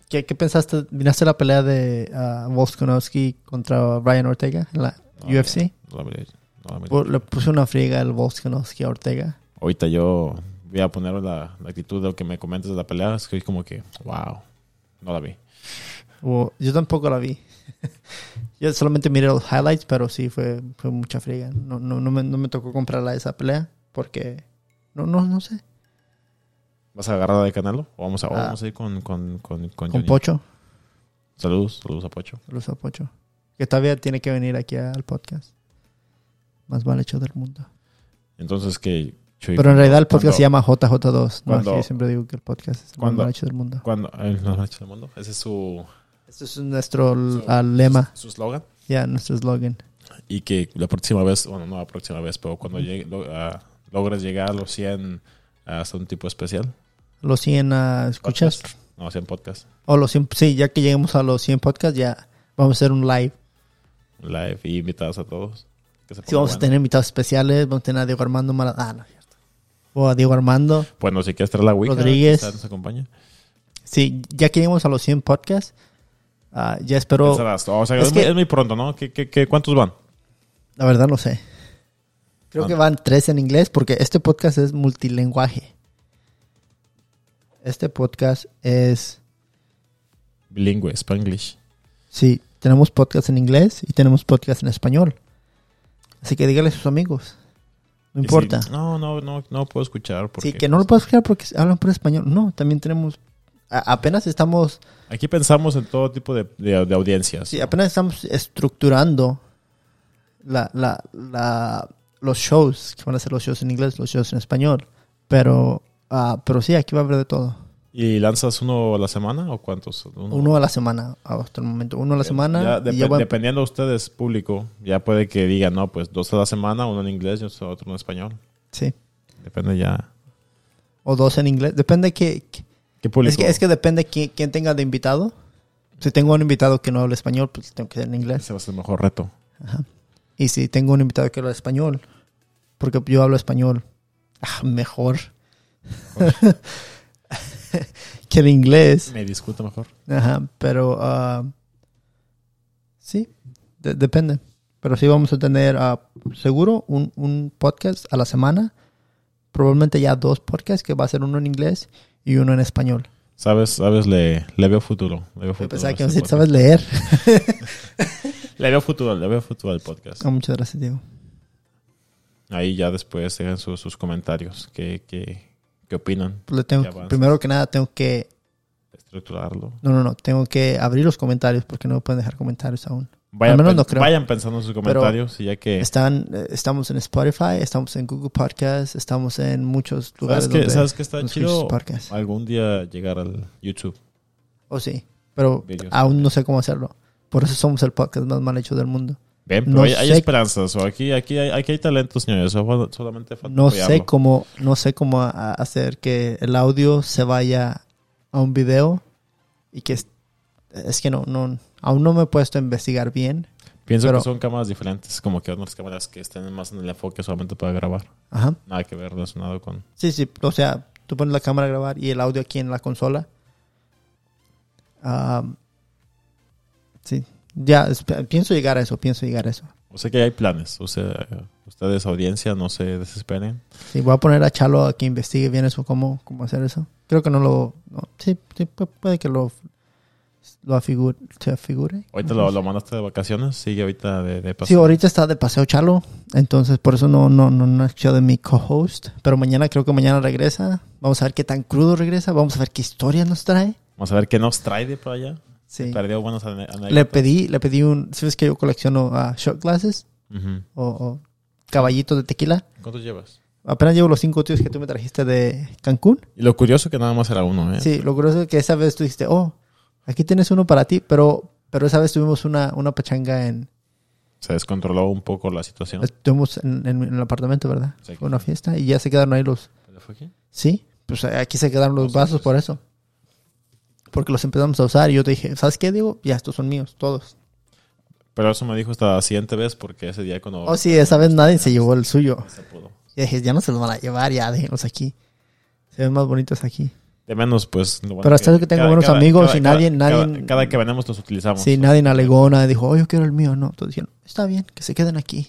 A: ¿Qué, qué pensaste? ¿Miraste la pelea de ah, Volkanovski contra Brian Ortega en la
B: no,
A: UFC?
B: no Ah, la miré, no la miré.
A: Por- le puse una friega al Volkanovski a Ortega.
B: Ahorita yo voy a poner la, la actitud de lo que me comentas de la pelea. Es que es como que, wow, no la vi.
A: O- yo tampoco la vi. yo solamente miré los highlights, pero sí fue, fue mucha friega. No, no, no, me, no me tocó comprarla esa pelea porque... No, no, no sé.
B: ¿Vas a agarrar la de Canelo? ¿O vamos a, o
A: Ah.
B: vamos a ir con, con, con, con
A: Con
B: Johnny?
A: Pocho.
B: Saludos, saludos a Pocho.
A: Saludos a Pocho. Que todavía tiene que venir aquí al podcast. Más mal hecho del mundo.
B: Entonces, que Chuy,
A: Pero en realidad el podcast
B: cuando-
A: se llama JJ2. No,
B: cuando-
A: aquí siempre digo que el podcast es el más
B: cuando-
A: mal hecho del mundo.
B: ¿Cuándo? El más macho del mundo. Ese es su
A: Este es nuestro
B: So-
A: ah, lema.
B: su eslogan.
A: Ya, nuestro slogan.
B: y que la próxima vez, bueno, no la próxima vez, pero cuando llegue, lo- a- logres llegar a los 100 hasta un tipo especial.
A: Los 100 ah, escuchas.
B: podcast, No, 100 podcasts.
A: O los 100, sí, ya que lleguemos a los 100 podcasts, ya vamos a hacer un live.
B: Live y invitados a todos. Que se
A: Sí,
B: ponga
A: vamos a
B: bueno.
A: tener invitados especiales, vamos a tener a Diego Armando Maradona. Ah, no, es cierto. O a Diego Armando.
B: Bueno, si quieres traer la Wicca,
A: Rodríguez.
B: quizás nos acompaña.
A: Sí, ya que lleguemos a los 100 podcasts, ah, ya espero.
B: Pensarás, o sea,
A: es
B: es, muy,
A: que-
B: es muy pronto, ¿no? ¿Qué, qué, qué, cuántos van?
A: La verdad no sé. Creo que van tres en inglés porque este podcast es multilenguaje. Este podcast es...
B: Bilingüe, Spanglish.
A: Sí, tenemos podcast en inglés y tenemos podcast en español. Así que dígale a sus amigos. No
B: Y
A: importa.
B: si- no, no, no, no puedo escuchar. Porque,
A: Sí, que no lo puedes creer porque hablan por español. No, también tenemos... a- apenas estamos...
B: Aquí pensamos en todo tipo de, de- de audiencias.
A: Sí,
B: ¿no?
A: apenas estamos estructurando la, la, la- los shows, que van a ser los shows en inglés, los shows en español. Pero, ah, pero sí, aquí va a haber de todo.
B: ¿Y lanzas uno a la semana o cuántos? Uno,
A: Uno a la semana, ah, hasta el momento. Uno a la semana.
B: Ya,
A: y
B: dep-
A: ya va-
B: Dependiendo de ustedes, público, ya puede que digan, no, pues dos a la semana, uno en inglés y otro en español.
A: sí.
B: Depende ya.
A: O dos en inglés. Depende que, que-
B: ¿Qué público?
A: es que es que depende qui- quién tenga de invitado. Si tengo un invitado que no habla español, pues tengo que ser en inglés.
B: Ese va a ser el mejor reto.
A: Y si tengo un invitado que habla español, porque yo hablo español ah, mejor que el inglés.
B: Me discuto mejor.
A: Ajá, pero ah, sí, de- depende. Pero sí vamos a tener ah, seguro un, un podcast a la semana. Probablemente ya dos podcasts, que va a ser uno en inglés y uno en español.
B: Sabes, sabes, le, le veo futuro. Le veo
A: Yo
B: futuro a
A: pensaba que
B: este
A: sí
B: podcast.
A: sabes leer.
B: Le veo futuro, le veo futuro al podcast.
A: Ah, muchas gracias, Diego.
B: Ahí ya después dejan sus, sus comentarios. ¿Qué, qué, qué opinan?
A: Pues le tengo-
B: Ya avanzas.
A: primero que nada, tengo que.
B: Estructurarlo.
A: No, no, no. Tengo que abrir los comentarios porque no me pueden dejar comentarios aún.
B: Vayan,
A: Al menos
B: pen-
A: no creo.
B: vayan pensando en sus comentarios y ya que...
A: Están, eh, estamos en Spotify, estamos en Google Podcast, estamos en muchos lugares.
B: ¿Sabes qué,
A: donde
B: ¿Sabes qué está
A: nos
B: chido?
A: escuchas podcast.
B: Algún día llegar al YouTube.
A: Oh, sí, pero
B: Videos.
A: aún no sé cómo hacerlo. Por eso somos el podcast más mal hecho del mundo.
B: Ven, pero
A: No
B: hay, hay
A: sé.
B: esperanzas. o aquí, aquí, hay, aquí hay talento, señores. so- Solamente falta
A: No sé
B: apoyarlo.
A: cómo, no sé cómo a- a hacer que el audio se vaya a un video y que es, es que no, no, aún no me he puesto a investigar bien.
B: Pienso
A: pero-
B: que son cámaras diferentes. Como que otras cámaras que estén más en el enfoque solamente para grabar.
A: Ajá.
B: Nada que ver relacionado con...
A: Sí, sí, o sea, tú pones la cámara a grabar y el audio aquí en la consola. Am, sí, ya, esp- pienso llegar a eso, pienso llegar a eso.
B: O sea que hay planes. O sea, ustedes, audiencia, no se desesperen.
A: Sí, voy a poner a Chalo a que investigue bien eso, cómo, cómo hacer eso. Creo que no lo... no, sí, sí, pu- puede que lo, lo afigur- se afigure.
B: Ahorita lo, lo mandaste de vacaciones. Sigue ahorita de, de
A: Sí,
B: paseo.
A: ahorita está de paseo Chalo, entonces por eso no, no, no, no he escuchado de mi co-host. Pero mañana, creo que mañana regresa. Vamos a ver qué tan crudo regresa, vamos a ver qué historia nos trae.
B: Vamos a ver qué nos trae de para allá.
A: Sí.
B: Perdió buenas ane- anécdotas.
A: Le pedí, le pedí un. ¿Sabes que yo colecciono ah, shot glasses
B: Ujú.
A: o, o caballitos de tequila?
B: ¿Cuántos llevas?
A: Apenas llevo los cinco tíos que tú me trajiste de Cancún.
B: Y lo curioso que nada más era uno, ¿eh?
A: Sí, lo curioso es que esa vez tú dijiste, oh, aquí tienes uno para ti, pero, pero esa vez tuvimos una, una pachanga en, eh,
B: Se descontroló un poco la situación.
A: tuvimos en, en- en el apartamento, ¿verdad?
B: Sí.
A: Fue una fiesta y ya se quedaron ahí los.
B: ¿Le fue aquí?
A: Sí, pues aquí se quedaron los
B: Por
A: vasos por eso. Porque los empezamos a usar y yo te dije, ¿sabes qué? Digo, ya estos son míos, todos.
B: Pero eso me dijo hasta la siguiente vez porque ese día cuando
A: Oh, sí, esa vez nadie se llevó el suyo.
B: se pudo.
A: Y dije, ya no se los van a llevar, ya déjenlos aquí. Se ven más bonitos aquí.
B: De menos, pues. lo bueno
A: Pero hasta que tengo buenos amigos y nadie-
B: cada-
A: nadie-
B: Cada, que venimos los utilizamos.
A: Sí, nadie alegó, nadie dijo, oh, yo quiero el mío. No, todos dijeron, está bien, que se queden aquí.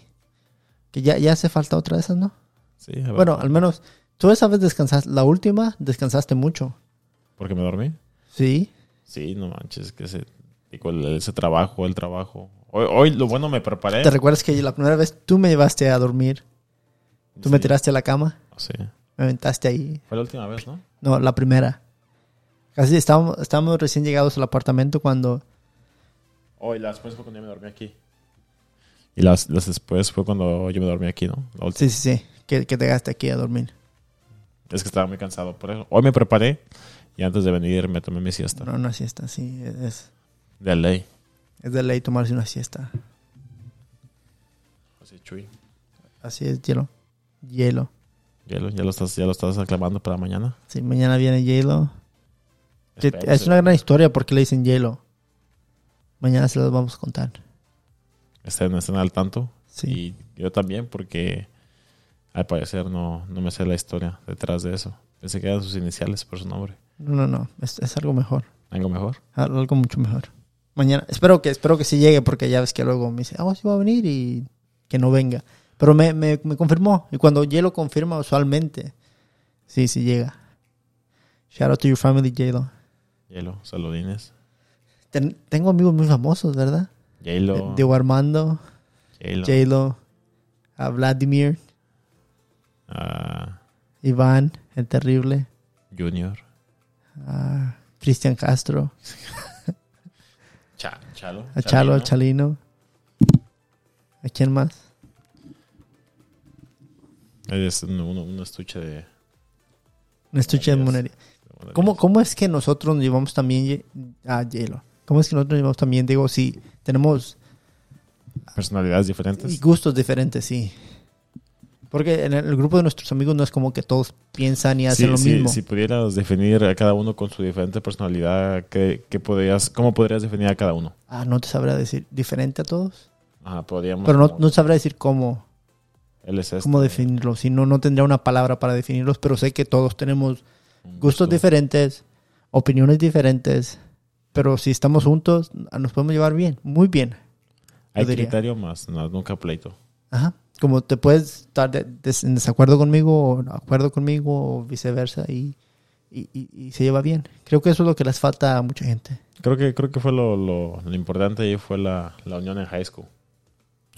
A: Que ya, ya hace falta otra de esas, ¿no?
B: Sí, a ver,
A: Bueno, al menos tú esa vez descansaste, la última descansaste mucho.
B: Porque me dormí.
A: Sí.
B: Sí, no manches, que ese, digo, el- ese trabajo, el trabajo. Hoy, hoy lo bueno me preparé.
A: ¿Te recuerdas que la primera vez tú me llevaste a dormir? Tú me
B: Sí,
A: tiraste a la cama,
B: Sí.
A: me aventaste ahí.
B: Fue la última vez, ¿no?
A: No, la primera. Casi estábamos, estábamos recién llegados al apartamento cuando...
B: Hoy, las después fue cuando yo me dormí aquí. Y las, las después fue cuando yo me dormí aquí, ¿no? La
A: Sí,
B: última.
A: sí, sí, que, que te llegaste aquí a dormir.
B: Es que estaba muy cansado por eso. Hoy me preparé y antes de venir me tomé mi siesta.
A: No, una siesta, sí, es...
B: De ley.
A: Es de ley tomarse una siesta.
B: Así, chuy.
A: Así es, hielo. Hielo.
B: Ya lo, ya lo estás, ya lo estás aclamando para mañana.
A: Sí, mañana viene hielo. Que-
B: Espero
A: es
B: se-
A: una gran historia porque le dicen hielo. Mañana se los vamos a contar.
B: estén, estén al tanto.
A: Sí.
B: Y yo también, porque al parecer no, no me sé la historia detrás de eso. Pensé que eran sus iniciales por su nombre.
A: No, no, no. Es, es algo mejor.
B: ¿Algo mejor?
A: Al- Algo mucho mejor. Mañana. Espero que, espero que sí llegue porque ya ves que luego me dice, ah, sí va a venir y que no venga. Pero me, me, me confirmó. Y cuando hielo confirma usualmente, sí, sí llega. Shout out to your family, J-Lo.
B: Yelo, saludines.
A: Ten- tengo amigos muy famosos, ¿verdad?
B: Yelo.
A: Diego Armando.
B: Yelo.
A: J-Lo, a Vladimir,
B: Ah,
A: Iván, el terrible,
B: junior.
A: a Cristian Castro,
B: Cha- Chalo.
A: a Chalo, a
B: Chalino.
A: Chalino. ¿A quién más?
B: Es un, un- un estuche de...
A: Un estuche de
B: Monerías.
A: monería.
B: poner
A: ¿Cómo,
B: bien.
A: ¿Cómo es que nosotros nos llevamos también ye- a hielo? ¿Cómo es que nosotros nos llevamos también, digo, si tenemos
B: Personalidades diferentes.
A: gustos diferentes, sí? Porque en el el grupo de nuestros amigos no es como que todos piensan y hacen
B: Sí,
A: lo
B: sí,
A: mismo.
B: Si pudieras definir a cada uno con su diferente personalidad, ¿qué, qué podrías, ¿cómo podrías definir a cada uno?
A: Ah, no te sabrá decir diferente a todos.
B: Ajá, podríamos.
A: Pero no,
B: como,
A: no sabrá decir cómo,
B: él es este,
A: cómo definirlos. Si no, no tendría una palabra para definirlos, pero sé que todos tenemos
B: un
A: gustos
B: gusto.
A: diferentes, opiniones diferentes, pero si estamos juntos ah, nos podemos llevar bien, muy bien.
B: Hay
A: yo diría.
B: criterio más, no, nunca pleito.
A: Ajá. Como te puedes estar de- des- en desacuerdo conmigo o en acuerdo conmigo o viceversa y, y- y- y se lleva bien. Creo que eso es lo que les falta a mucha gente.
B: Creo que, creo que fue lo, lo, lo importante ahí fue la, la unión en high school.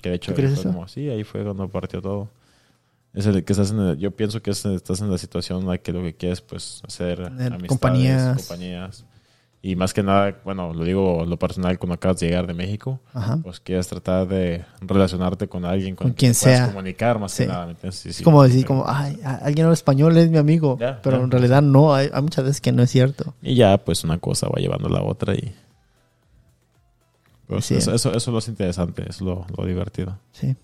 B: Que de hecho
A: ¿Tú crees
B: ahí fue
A: eso?
B: como, sí, ahí fue cuando partió todo. Es el que estás en el- yo pienso que es- estás en la situación en la que lo que quieres pues hacer
A: Tener
B: amistades,
A: compañías.
B: compañías. Y más que nada, bueno, lo digo lo personal cuando acabas de llegar de México,
A: Ajá.
B: pues quieres tratar de relacionarte con alguien con,
A: Con
B: el que
A: quien
B: te puedas
A: sea.
B: comunicar más
A: Sí.
B: que nada. ¿me entiendes? Sí,
A: Es
B: sí.
A: como decir,
B: Pero-
A: como, ay, a- alguien habla español es mi amigo,
B: Ya,
A: pero
B: ya.
A: en realidad no, hay, hay muchas veces que no es cierto.
B: Y ya, pues una cosa va llevando a la otra y... Pues,
A: Sí.
B: eso, eso, eso es lo interesante, es lo, lo divertido.
A: Sí.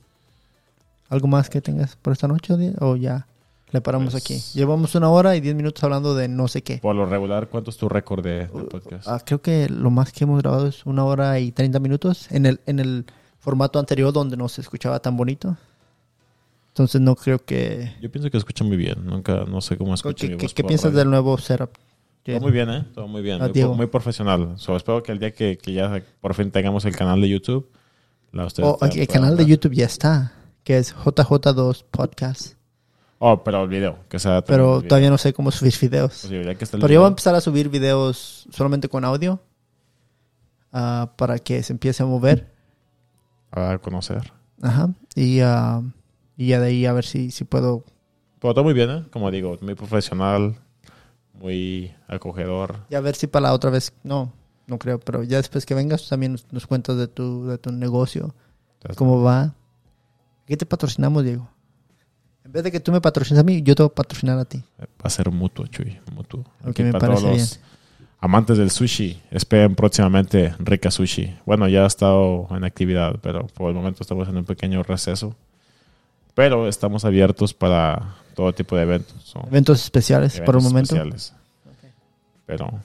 A: ¿Algo más que tengas por esta noche Odi? o ya le paramos
B: Pues-
A: aquí? Llevamos una hora y diez minutos hablando de no sé qué.
B: Por lo regular, ¿cuánto es tu récord de, de podcast?
A: Ah, creo que lo más que hemos grabado es una hora y 30 minutos en el, en el formato anterior donde no se escuchaba tan bonito. Entonces no creo que...
B: Yo pienso que escucha muy bien. Nunca, no sé cómo escucha
A: ¿Qué,
B: mi
A: qué-
B: voz
A: qué
B: por
A: piensas
B: radio.
A: del nuevo setup?
B: Todo muy bien, ¿eh? Todo muy bien.
A: Ah,
B: Muy-
A: Diego.
B: Muy profesional. So, espero que el día que, que ya por fin tengamos el canal de YouTube, la ustedes
A: Oh,
B: puedan-
A: el
B: puedan
A: canal de
B: ver.
A: YouTube ya está, que es JJ2 Podcast.
B: Oh, pero el video. Que sea
A: Pero
B: también el video.
A: todavía no sé cómo subir videos.
B: Posibilidad que esté el
A: Pero yo voy a
B: video.
A: empezar a subir videos solamente con audio ah, para que se empiece a mover.
B: a dar a conocer.
A: Ajá. Y, ah, y ya de ahí a ver si, si puedo...
B: Pero todo muy bien, ¿eh? Como digo, muy profesional, muy acogedor.
A: Y a ver si para la otra vez, no, no creo, pero ya después que vengas también nos, nos cuentas de tu, de tu negocio,
B: Entonces,
A: cómo va. ¿Qué te patrocinamos, Diego? En vez de que tú me patrocines a mí, yo te voy a patrocinar a ti.
B: Va a ser mutuo, Chuy. Mutuo.
A: Ok,
B: Aquí
A: me
B: para todos
A: parece
B: los amantes del sushi, esperen próximamente Rica Sushi. Bueno, ya ha estado en actividad, pero por el momento estamos en un pequeño receso. Pero estamos abiertos para todo tipo de eventos. son
A: Eventos especiales por el
B: eventos
A: momento.
B: especiales. Pero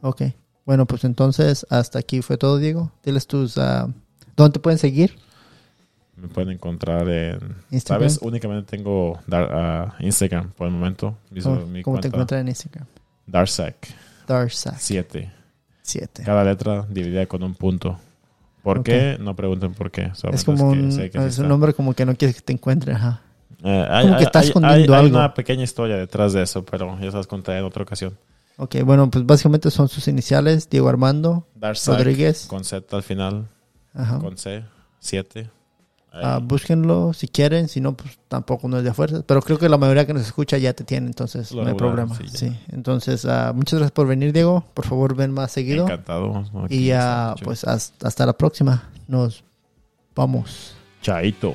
A: Ok. Bueno, pues entonces hasta aquí fue todo, Diego. Diles tus... ah, ¿Dónde te pueden seguir?
B: me pueden encontrar en...
A: Instagram.
B: ¿Sabes? Únicamente tengo dar- ah, Instagram por el momento. Mi,
A: ¿Cómo,
B: mi
A: Oh, cómo te
B: cuenta
A: encuentran en Instagram?
B: Darksack7.
A: Darksack7.
B: Cada letra dividida con un punto. ¿Por
A: Ok.
B: qué? No pregunten por qué.
A: Es
B: solamente
A: como
B: que
A: un,
B: sé que sí
A: es un
B: está.
A: nombre como que no quieres que te encuentren. Ajá.
B: Eh, hay,
A: Como que
B: hay-
A: está
B: hay-
A: escondiendo
B: hay- hay
A: algo.
B: una pequeña historia detrás de eso, pero ya se las contaré en otra ocasión.
A: Ok, bueno, pues básicamente son sus iniciales, Diego Armando,
B: Darksack,
A: Rodríguez.
B: con Z al final,
A: Ajá.
B: con C, 7.
A: Ah, búsquenlo si quieren, si no, pues tampoco no es de fuerza. Pero creo que la mayoría que nos escucha ya te tiene, entonces
B: Lo
A: no hay
B: regular,
A: problema.
B: sí, ya.
A: Sí. Entonces, ah, muchas gracias por venir, Diego. Por favor, ven más seguido.
B: Encantado. Aquí
A: Y ah, ya,
B: está,
A: pues, hasta, hasta la próxima. Nos vamos.
B: Chaito.